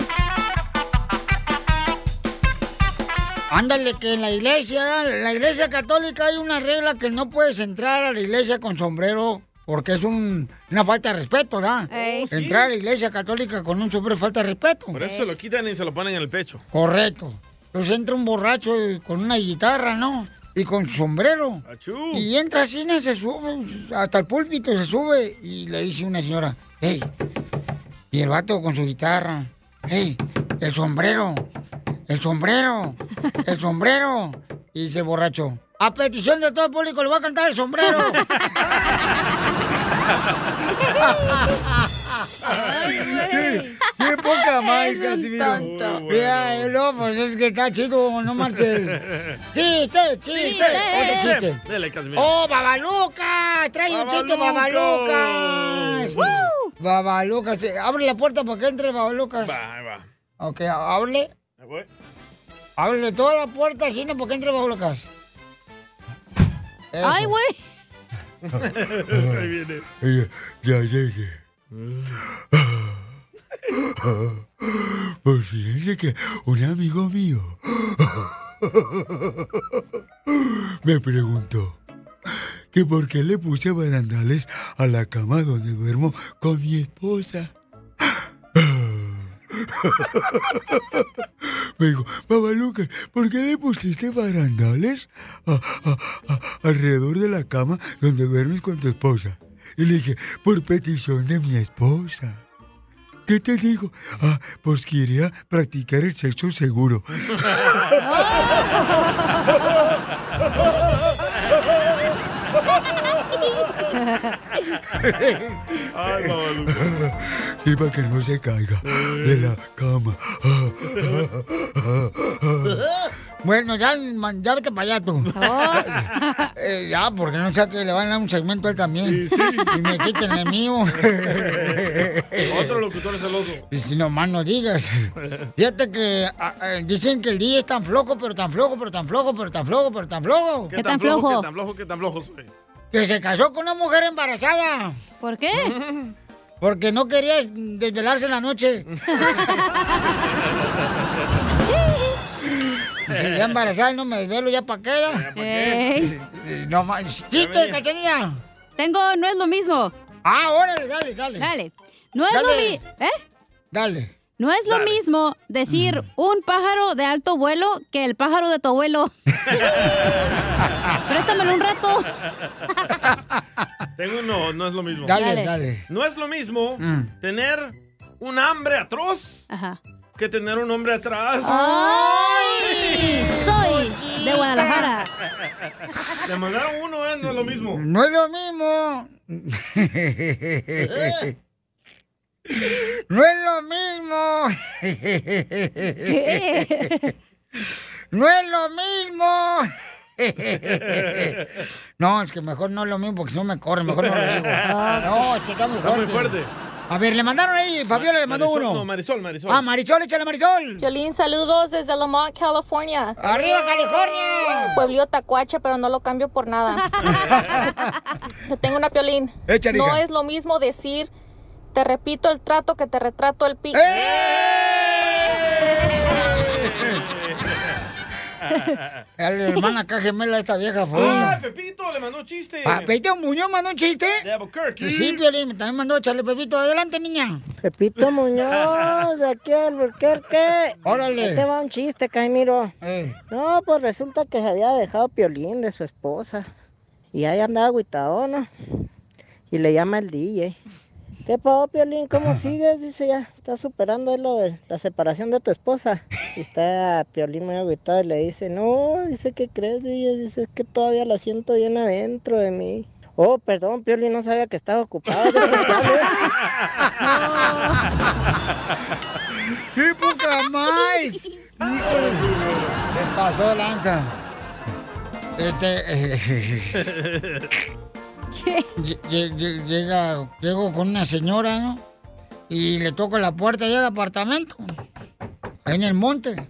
Ándale, que en la iglesia, la iglesia católica hay una regla que no puedes entrar a la iglesia con sombrero porque es un- una falta de respeto, ¿verdad? Ey. Oh, sí. Entrar a la iglesia católica con un sombrero es falta de respeto. Por eso se lo quitan y se lo ponen en el pecho. Correcto. Entonces entra un borracho y- con una guitarra, ¿no? Y con su sombrero. Y entra así, ¿no? se sube, hasta el púlpito se sube y le dice una señora, hey, y el vato con su guitarra, hey, el sombrero, el sombrero, *laughs* el sombrero. Y dice el borracho, a petición de todo el público le voy a cantar el sombrero. ¡Qué, qué poca más, Casimiro! Mira, no, pues es que está chido, no marches. ¡Chiste, chiste! Otro chiste. Dele, Casimiro. ¡Oh, Babaluca! ¡Trae *laughs* un chiste, Babaluca! Babalucas. Babaluca, sí. abre la puerta para que entre Babaluca. Ahí va. Ok, hable. Ahí voy. Ábrele toda la puerta, así no, porque entre Babalucas. Eso. Ay, güey. Ahí viene. Ya, ya llegué. Pues fíjense que un amigo mío me preguntó que por qué le puse barandales a la cama donde duermo con mi esposa. Me dijo, papá Lucas, ¿por qué le pusiste barandales a- a- a- alrededor de la cama donde duermes con tu esposa? Y le dije, por petición de mi esposa. ¿Qué te digo? Ah, pues quería practicar el sexo seguro. *laughs* y para que no se caiga de la cama. *laughs* Bueno, ya, man, ya vete para allá tú. *laughs* Eh, ya, porque no sé que le van a dar un segmento a él también. Y me quiten el mío. *laughs* Otro locutor es el otro. Y si nomás no digas. Fíjate que ah, eh, dicen que el día es tan flojo, pero tan flojo, pero tan flojo, pero tan flojo, pero tan flojo. ¿Qué tan flojo, qué tan flojo soy? Que se casó con una mujer embarazada. ¿Por qué? *laughs* Porque no quería desvelarse en la noche. Si ya embarazada y no me desvelo, ¿ya para qué? era? Ey. Eh, *laughs* No más. ¡Chiste, cachanilla! Tengo, no es lo mismo. Ah, órale, dale, dale. Dale. No es lo Dale. mismo. ¿Eh? Dale. No es lo Dale. mismo decir un pájaro de alto vuelo que el pájaro de tu *laughs* abuelo. *laughs* Préstamelo un rato. Tengo uno, no es lo mismo. Dale, Dale. dale. No es lo mismo Mm. tener un hambre atroz que tener un hombre atrás. ¡Ay! Soy de Guadalajara. Le mandaron uno, ¿eh? No es lo mismo. No es lo *laughs* mismo. No es lo mismo. No es lo mismo. No, es que mejor no es lo mismo porque si no me corre, mejor no lo digo. No, es que está Ah. muy Está fuerte. muy fuerte. A ver, le mandaron ahí, Fabiola le mandó Marisol, uno. No, Marisol, Marisol. Ah, Marisol, échale Marisol. Violín, saludos desde Lomont, California. ¡Arriba, California! Pueblito Tacuache, pero no lo cambio por *laughs* nada. Yo tengo una Piolín. Échale, No hija. es lo mismo decir, te repito el trato que te retrato el pi... ¡Eh! Ah, A *laughs* La hermana acá gemela esta vieja fue. Ah, Pepito le mandó chiste. Pa- ¿Pepito Muñoz mandó un chiste? De Albuquerque. Sí, Piolín, también mandó Chale Pepito. Adelante, niña. Pepito *laughs* *laughs* Muñoz, Ah, de aquí al Burquerque. Órale. Ahí te va un chiste, Caimiro. Eh. No, pues resulta que se había dejado Piolín de su esposa. Y ahí andaba agüitado, ¿no? Y le llama el DJ. ¿Qué pasó, Piolín? *laughs* ¿Cómo sigues? Dice ya, estás superando ahí lo de la separación de tu esposa. Y está Piolín muy agüitado y le dice, no, dice, ¿qué crees, DJ? Dice, es que todavía la siento bien adentro de mí. Oh, perdón, Piolín, no sabía que estaba ocupado. ¡Qué poca más! ¿Qué pasó, Lanza? Este. *laughs* lle- lle- lle- Llega, llego con una señora, ¿no? Y le toco la puerta allá al apartamento. Ahí en el monte.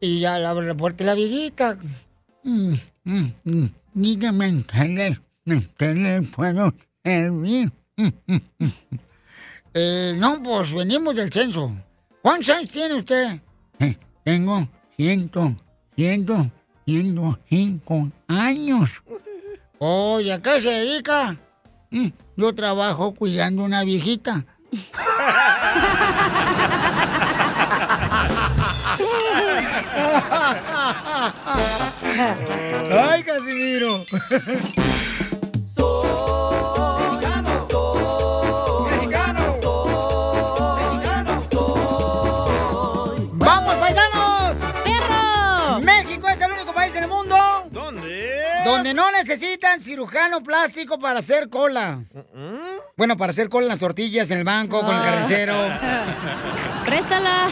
Y ya le abre la puerta la viejita. Mm, mm, mm. Dígame en qué le- en qué le puedo servir. Mm, mm, mm. Eh, no, pues venimos del censo. ¿Cuántos años tiene usted? Eh, tengo ciento, ciento, ciento cinco años. Oye, ¿a qué se dedica? Mm, yo trabajo cuidando una viejita. *laughs* ¡Ay, Casimiro! ¡Vamos, paisanos! ¡Perro! México es el único país en el mundo ¿Dónde? donde no necesitan cirujano plástico para hacer cola. Bueno, para hacer cola en las tortillas, en el banco, con Ah. el carnicero. *laughs* Préstala.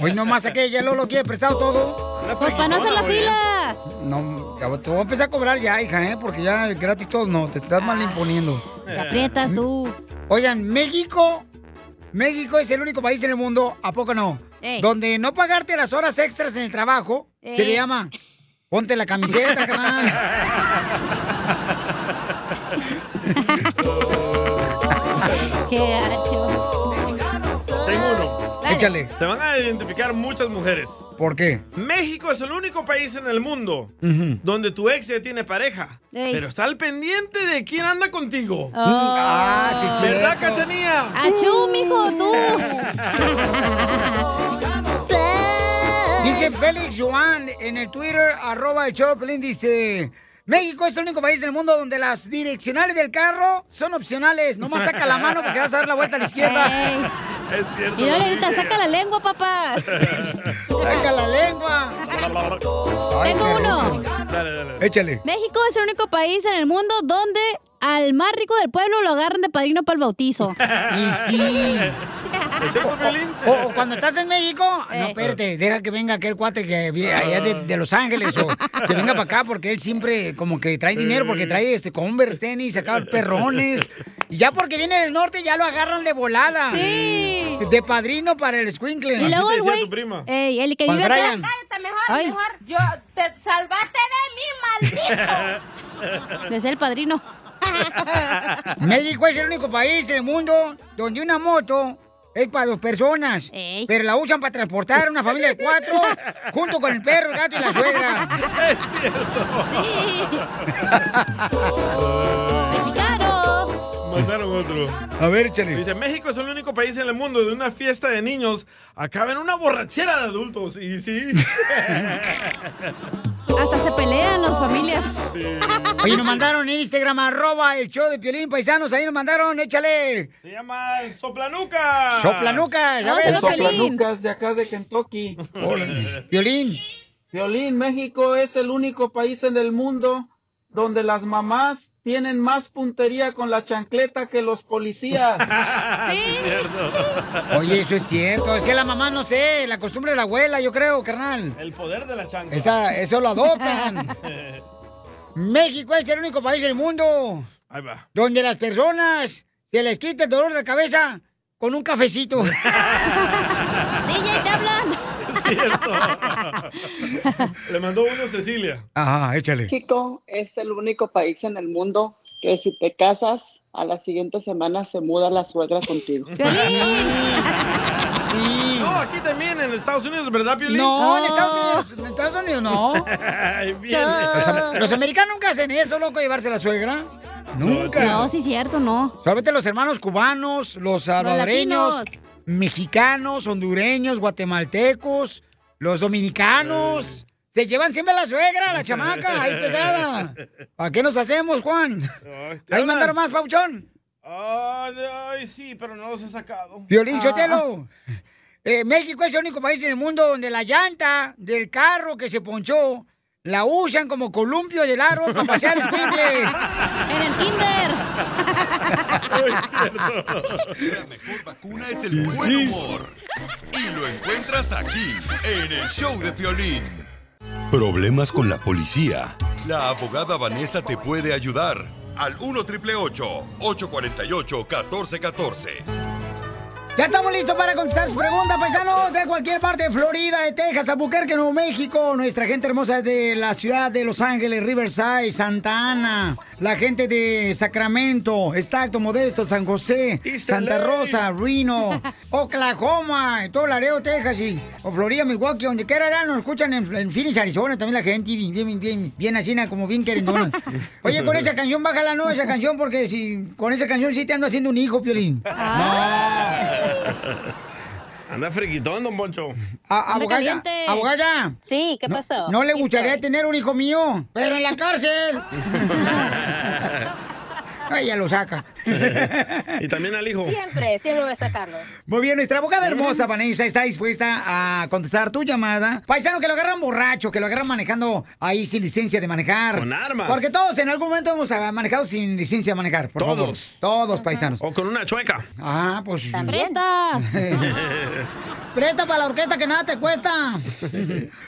*laughs* Hoy nomás aquella, Lolo, quiere prestado todo. Pues para no hacer la fila. No, ya te voy a empezar a cobrar ya, hija, ¿eh? Porque ya gratis todos no, te estás mal imponiendo. Te Eh. aprietas tú. Oigan, México, México es el único país en el mundo, ¿a poco no? Ey. Donde no pagarte las horas extras en el trabajo, se Ey. le llama, ponte la camiseta, carnal. Qué hacho. Tengo uno. Échale. Se van a identificar muchas mujeres. ¿Por qué? México es el único país en el mundo donde tu ex ya tiene pareja, Ey. pero está al pendiente de quién anda contigo. Ah, sí, sí. ¿Verdad, Cachanía? Uh. Achú, mijo, tú. Dice Félix Joan en el Twitter, arroba el show de Pelín, dice... México es el único país del mundo donde las direccionales del carro son opcionales. Nomás saca la mano porque vas a dar la vuelta a la izquierda. Es cierto. Y no lo le gritas, dije. saca la lengua, papá. Saca la lengua. Tengo uno. Dale, dale. *laughs* Échale. México es el único país en el mundo donde al más rico del pueblo lo agarran de padrino para el *laughs* bautizo. Y sí. *laughs* O, o cuando estás en México, Eh. no, espérate, deja que venga aquel cuate que vi- Ah. allá de, de Los Ángeles o que venga para acá porque él siempre como que trae dinero porque trae este Converse, tenis, *laughs* acá perrones. Y ya porque viene del norte ya lo agarran de volada. Sí. De padrino para el squinkle. Y luego el güey, ey, el que Juan vive acá, Brian. Cállate mejor, mejor. Yo te salvaste de mí, maldito. de ser el padrino. México es el único país en el mundo donde una moto es para dos personas, pero la usan para transportar una familia de cuatro junto con el perro, el gato y la suegra. *laughs* Es cierto. Sí. Mataron otro. A ver, échale. Dice, México es el único país en el mundo de una fiesta de niños acaba en una borrachera de adultos. Y *laughs* sí. Hasta se pelean las familias. Oye, nos mandaron en Instagram, arroba el show de Piolín Paisanos, ahí nos mandaron, échale. Se llama el Soplanuca. Ah, Soplanuca, ya ves. Ah, El soplanucas de acá de Kentucky. Piolín. Violín, México es el único país en el mundo donde las mamás tienen más puntería con la chancleta que los *laughs* policías. Oye, eso es cierto, *laughs* es que la mamá, no sé, la costumbre de la abuela, yo creo, carnal. El poder de la chancla. Esa, eso *laughs* lo adoptan. México es el único país del mundo Ahí va. donde las personas se les quita el dolor de cabeza con *laughs* un cafecito. DJ, te hablan. Es *laughs* cierto. Le mandó uno a Cecilia. Ajá, échale. México es el único país en el mundo que si te casas, a la siguiente semana se muda la suegra *laughs* contigo. No, aquí también en Estados Unidos, ¿verdad, Piolín? No, en Estados Unidos, en Estados *laughs* Unidos no. Ahí viene. Los, am- los americanos nunca hacen eso, loco, *laughs* llevarse la suegra. Nunca. No, sí, cierto, no. Solamente los hermanos cubanos, los salvadoreños, latinos. mexicanos, hondureños, guatemaltecos, los dominicanos. Se llevan siempre a la suegra, *laughs* a la chamaca, ahí pegada. ¿Para qué nos hacemos, Juan? te Ahí hablan. mandaron más, Pauchón. Ay, ay, sí, pero no los he sacado. Violín Sotelo. Ah. Eh, México es el único país en el mundo donde la llanta del carro que se ponchó la usan como columpio del árbol para pasear el escuincle. *laughs* En el kinder. Una es el buen humor. Y lo encuentras aquí, en el show de Piolín. Problemas con la policía. La abogada Vanessa te puede ayudar. Al 1 848 1414. Ya estamos listos para contestar sus preguntas, paisanos, de cualquier parte de Florida, de Texas, Albuquerque, Nuevo México. Nuestra gente hermosa de la ciudad de Los Ángeles, Riverside, Santa Ana. La gente de Sacramento, Estacto, Modesto, San José, Santa Rosa, Reno, Oklahoma, todo Laredo, Texas y o Florida, Milwaukee, donde quiera, ya nos escuchan en, en Phoenix, Arizona, también la gente, bien, bien, bien, bien así, como bien querendona. Oye, con esa canción, bájala, no, esa canción, porque si con esa canción sí te ando haciendo un hijo, Piolín. Ah. *laughs* Anda friquitón, don Poncho. A- abogada, abogada. Sí, ¿qué No- pasó? No, le Aquí gustaría estoy. tener un hijo mío, pero en la cárcel. Ay, ya lo saca. *laughs* *laughs* y también al hijo. Siempre, siempre voy a sacarlo. Muy bien, nuestra abogada hermosa, Vanessa, está dispuesta a contestar tu llamada. Paisano, que lo agarran borracho, que lo agarran manejando ahí sin licencia de manejar. Con armas. Porque todos en algún momento hemos ah, manejado sin licencia de manejar, por Todos. favor. Todos, paisanos. O con una chueca. *laughs* Ah, pues... *laughs* Presta. Presta para la orquesta que nada te *laughs* cuesta.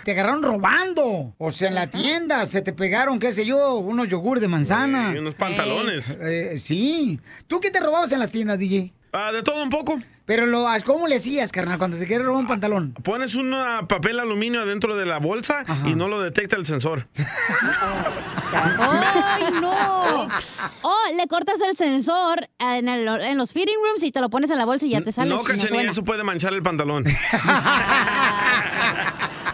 Te agarraron robando. O sea, en la tienda se te pegaron, qué sé yo, unos yogur de manzana. Ey, unos pantalones. Eh, sí. ¿Tú qué te robabas en las tiendas, DJ? Ah, de todo un poco. Pero lo, ¿cómo le hacías, carnal, cuando te quieres robar un pantalón? Pones un ah, papel aluminio dentro de la bolsa y no lo detecta el sensor. ¡Ay, no! O le cortas el sensor en, el- en los fitting rooms y te lo pones en la bolsa y ya te sales. no, y cachanilla, suena. eso puede manchar el pantalón.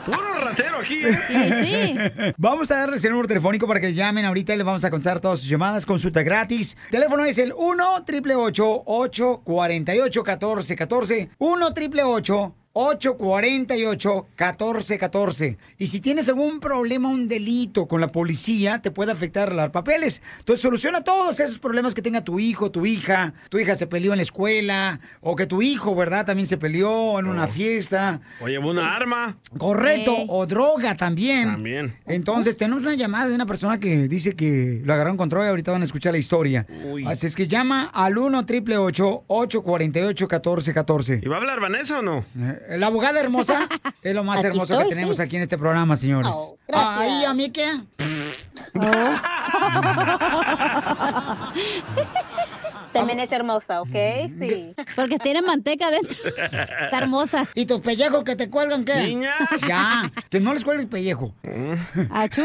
Puro ratero aquí, ¿eh? *laughs* Vamos a darles el número telefónico para que llamen ahorita y les vamos a contestar todas sus llamadas. Consulta gratis. Teléfono es el 1 888 848 1414 1 888 848 1414 Y si tienes algún problema, un delito con la policía, te puede afectar los papeles. Entonces soluciona todos esos problemas que tenga tu hijo, tu hija. Tu hija se peleó en la escuela o que tu hijo, ¿verdad? También se peleó en una fiesta. O llevó una Sí. arma. Correcto, Ey. o droga también. También. Entonces, tenemos una llamada de una persona que dice que lo agarraron con droga y ahorita van a escuchar la historia. Uy. Así es que llama al 1 triple 848 1414 ¿Y va a hablar Vanessa o no? Eh, La abogada hermosa es lo más Aquí hermoso estoy, que tenemos sí. aquí en este programa, señores. Ay, ¿a *laughs* mí qué? También es hermosa, ¿ok? Sí. Porque tiene manteca dentro. Está hermosa. ¿Y tus pellejos que te cuelgan qué? Niña. Ya, que no les cuelgue el pellejo. *laughs* ¡Achú!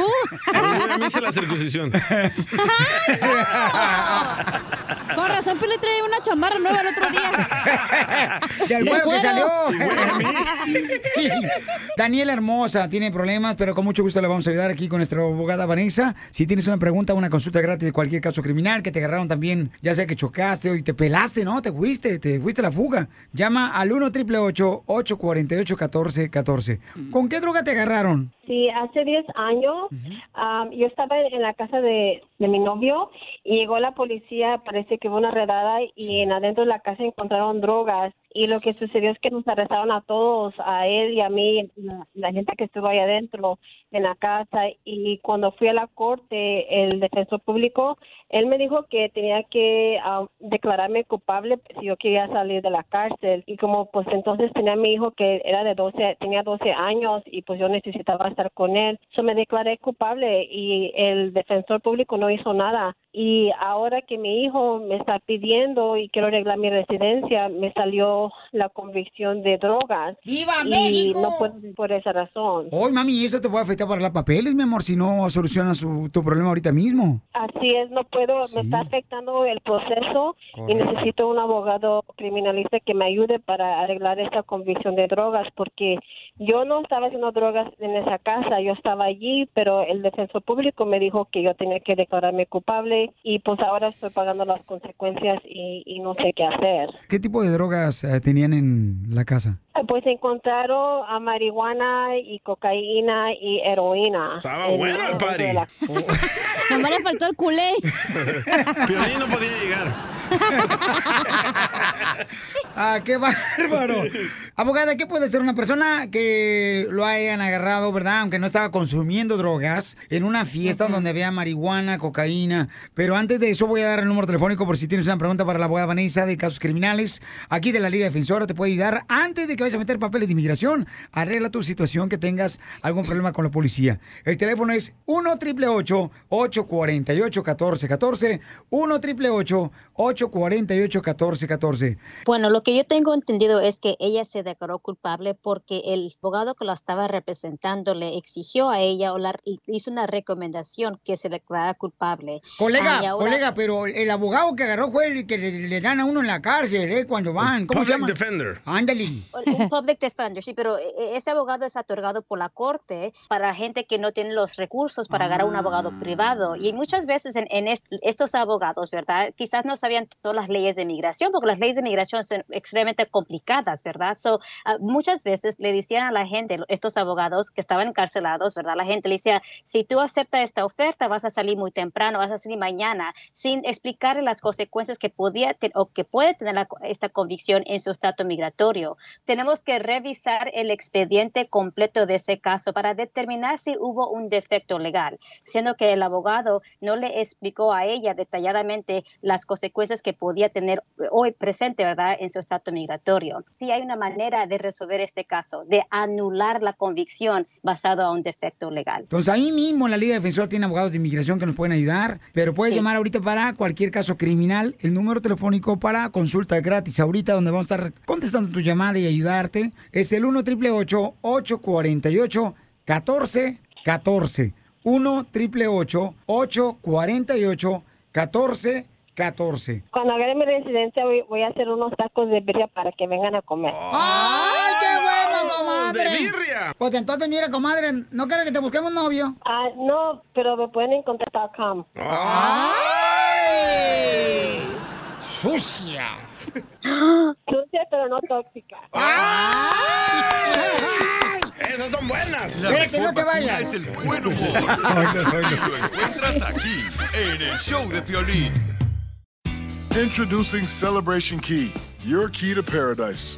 A mí se la circuncisión. Con razón, pero le trae una chamarra nueva el otro día. Del cuero que *laughs* salió. *laughs* *laughs* salió! Daniela Hermosa tiene problemas, pero con mucho gusto le vamos a ayudar aquí con nuestra abogada Vanessa. Si tienes una pregunta, una consulta gratis de cualquier caso criminal que te agarraron también, ya sea que chocaste o y te pelaste, ¿no? Te fuiste, te fuiste a la fuga. Llama al 1 888 848 1414 ¿Con qué droga te agarraron? Sí, hace 10 años am, yo estaba en la casa de, de mi novio y llegó la policía, parece que hubo una redada y en adentro de la casa encontraron drogas y lo que sucedió es que nos arrestaron a todos, a él y a mí, la, la gente que estuvo ahí adentro en la casa y cuando fui a la corte, el defensor público, él me dijo que tenía que am, declararme culpable si yo quería salir de la cárcel y como pues entonces tenía a mi hijo que era de 12, tenía 12 años y pues yo necesitaba estar con él. So me declaré culpable y el defensor público no hizo nada. Y ahora que mi hijo me está pidiendo y quiero arreglar mi residencia, me salió la convicción de drogas. ¡Viva y México! no puedo por esa razón. Hoy, mami, eso te puede afectar para la papeles, mi amor, si no solucionas su- tu problema ahorita mismo. Así es, no puedo, me está afectando el proceso y Correcto. necesito un abogado criminalista que me ayude para arreglar esta convicción de drogas, porque yo no estaba haciendo drogas en esa casa, yo estaba allí, pero el defensor público me dijo que yo tenía que declararme culpable y pues ahora estoy pagando las consecuencias y, y no sé qué hacer. ¿Qué tipo de drogas eh, tenían en la casa? Eh, Pues encontraron a marihuana y cocaína y heroína. Estaba en- Ah, bueno el adentro de party. la- Nomás le faltó el *laughs* culé. *laughs* Piolín no podía llegar. Ah, qué bárbaro. Abogada, ¿qué puede ser una persona que lo hayan agarrado, verdad? Aunque no estaba consumiendo drogas, en una fiesta donde vea marihuana, cocaína. Pero antes de eso voy a dar el número telefónico por si tienes una pregunta para la abogada Vanessa de casos criminales. Aquí de la Liga Defensora te puede ayudar antes de que vayas a meter papeles de inmigración. Arregla tu situación que tengas algún problema con la policía. El teléfono es 1 888 848 1414 1 888 848 1414 Bueno, lo que yo tengo entendido es que ella se declaró culpable porque el abogado que la estaba representando le exigió a ella o la, hizo una recomendación que se declarara culpable. Colega, Ah, y ahora- colega, pero el abogado que agarró fue el que le, le dan a uno en la cárcel, ¿eh? Cuando van, ¿cómo se Public llama? defender. Ándale. Un public defender, sí, pero e- e- ese abogado es otorgado por la corte para gente que no tiene los recursos para agarrar un abogado privado. Y muchas veces en, en est- estos abogados, ¿verdad? Quizás no sabían todas las leyes de migración, porque las leyes de migración son extremadamente complicadas, ¿verdad? So, ah, muchas veces le decían a la gente, lo- estos abogados que estaban encarcelados, ¿verdad? La gente le decía, si tú aceptas esta oferta, vas a salir muy temprano, vas a salir mañana, sin explicarle las consecuencias que podía te- o que puede tener la co- esta convicción en su estatus migratorio tenemos tenemos que revisar el expediente completo de ese caso para determinar si hubo un defecto legal, siendo que el abogado no le explicó a ella detalladamente las consecuencias que podía tener hoy presente, ¿verdad?, en su estatus migratorio. Sí hay una manera de resolver este caso, de anular la convicción basado a un defecto legal. Entonces ahí mismo la Liga Defensora tiene abogados de inmigración que nos pueden ayudar, pero puedes Sí. llamar ahorita para cualquier caso criminal, el número telefónico para consulta gratis ahorita donde vamos a estar contestando tu llamada y ayudarte es el 1 888 848 1414 1 888 848 1414 Cuando agarre mi residencia voy, voy a hacer unos tacos de birria para que vengan a comer. ¡Ay, qué Ah, bueno, de comadre! Pues entonces, mira, comadre, ¿no quieres que te busquemos novio? Ah, no, pero me pueden encontrar .com. ¡Ay! ¡Sucia! *gasps* Sucia, pero no tóxica. Esas son buenas. La mejor vacuna es el buen humor. Y lo encuentras aquí, en el show de Piolín. Introducing Celebration Key, your key to paradise.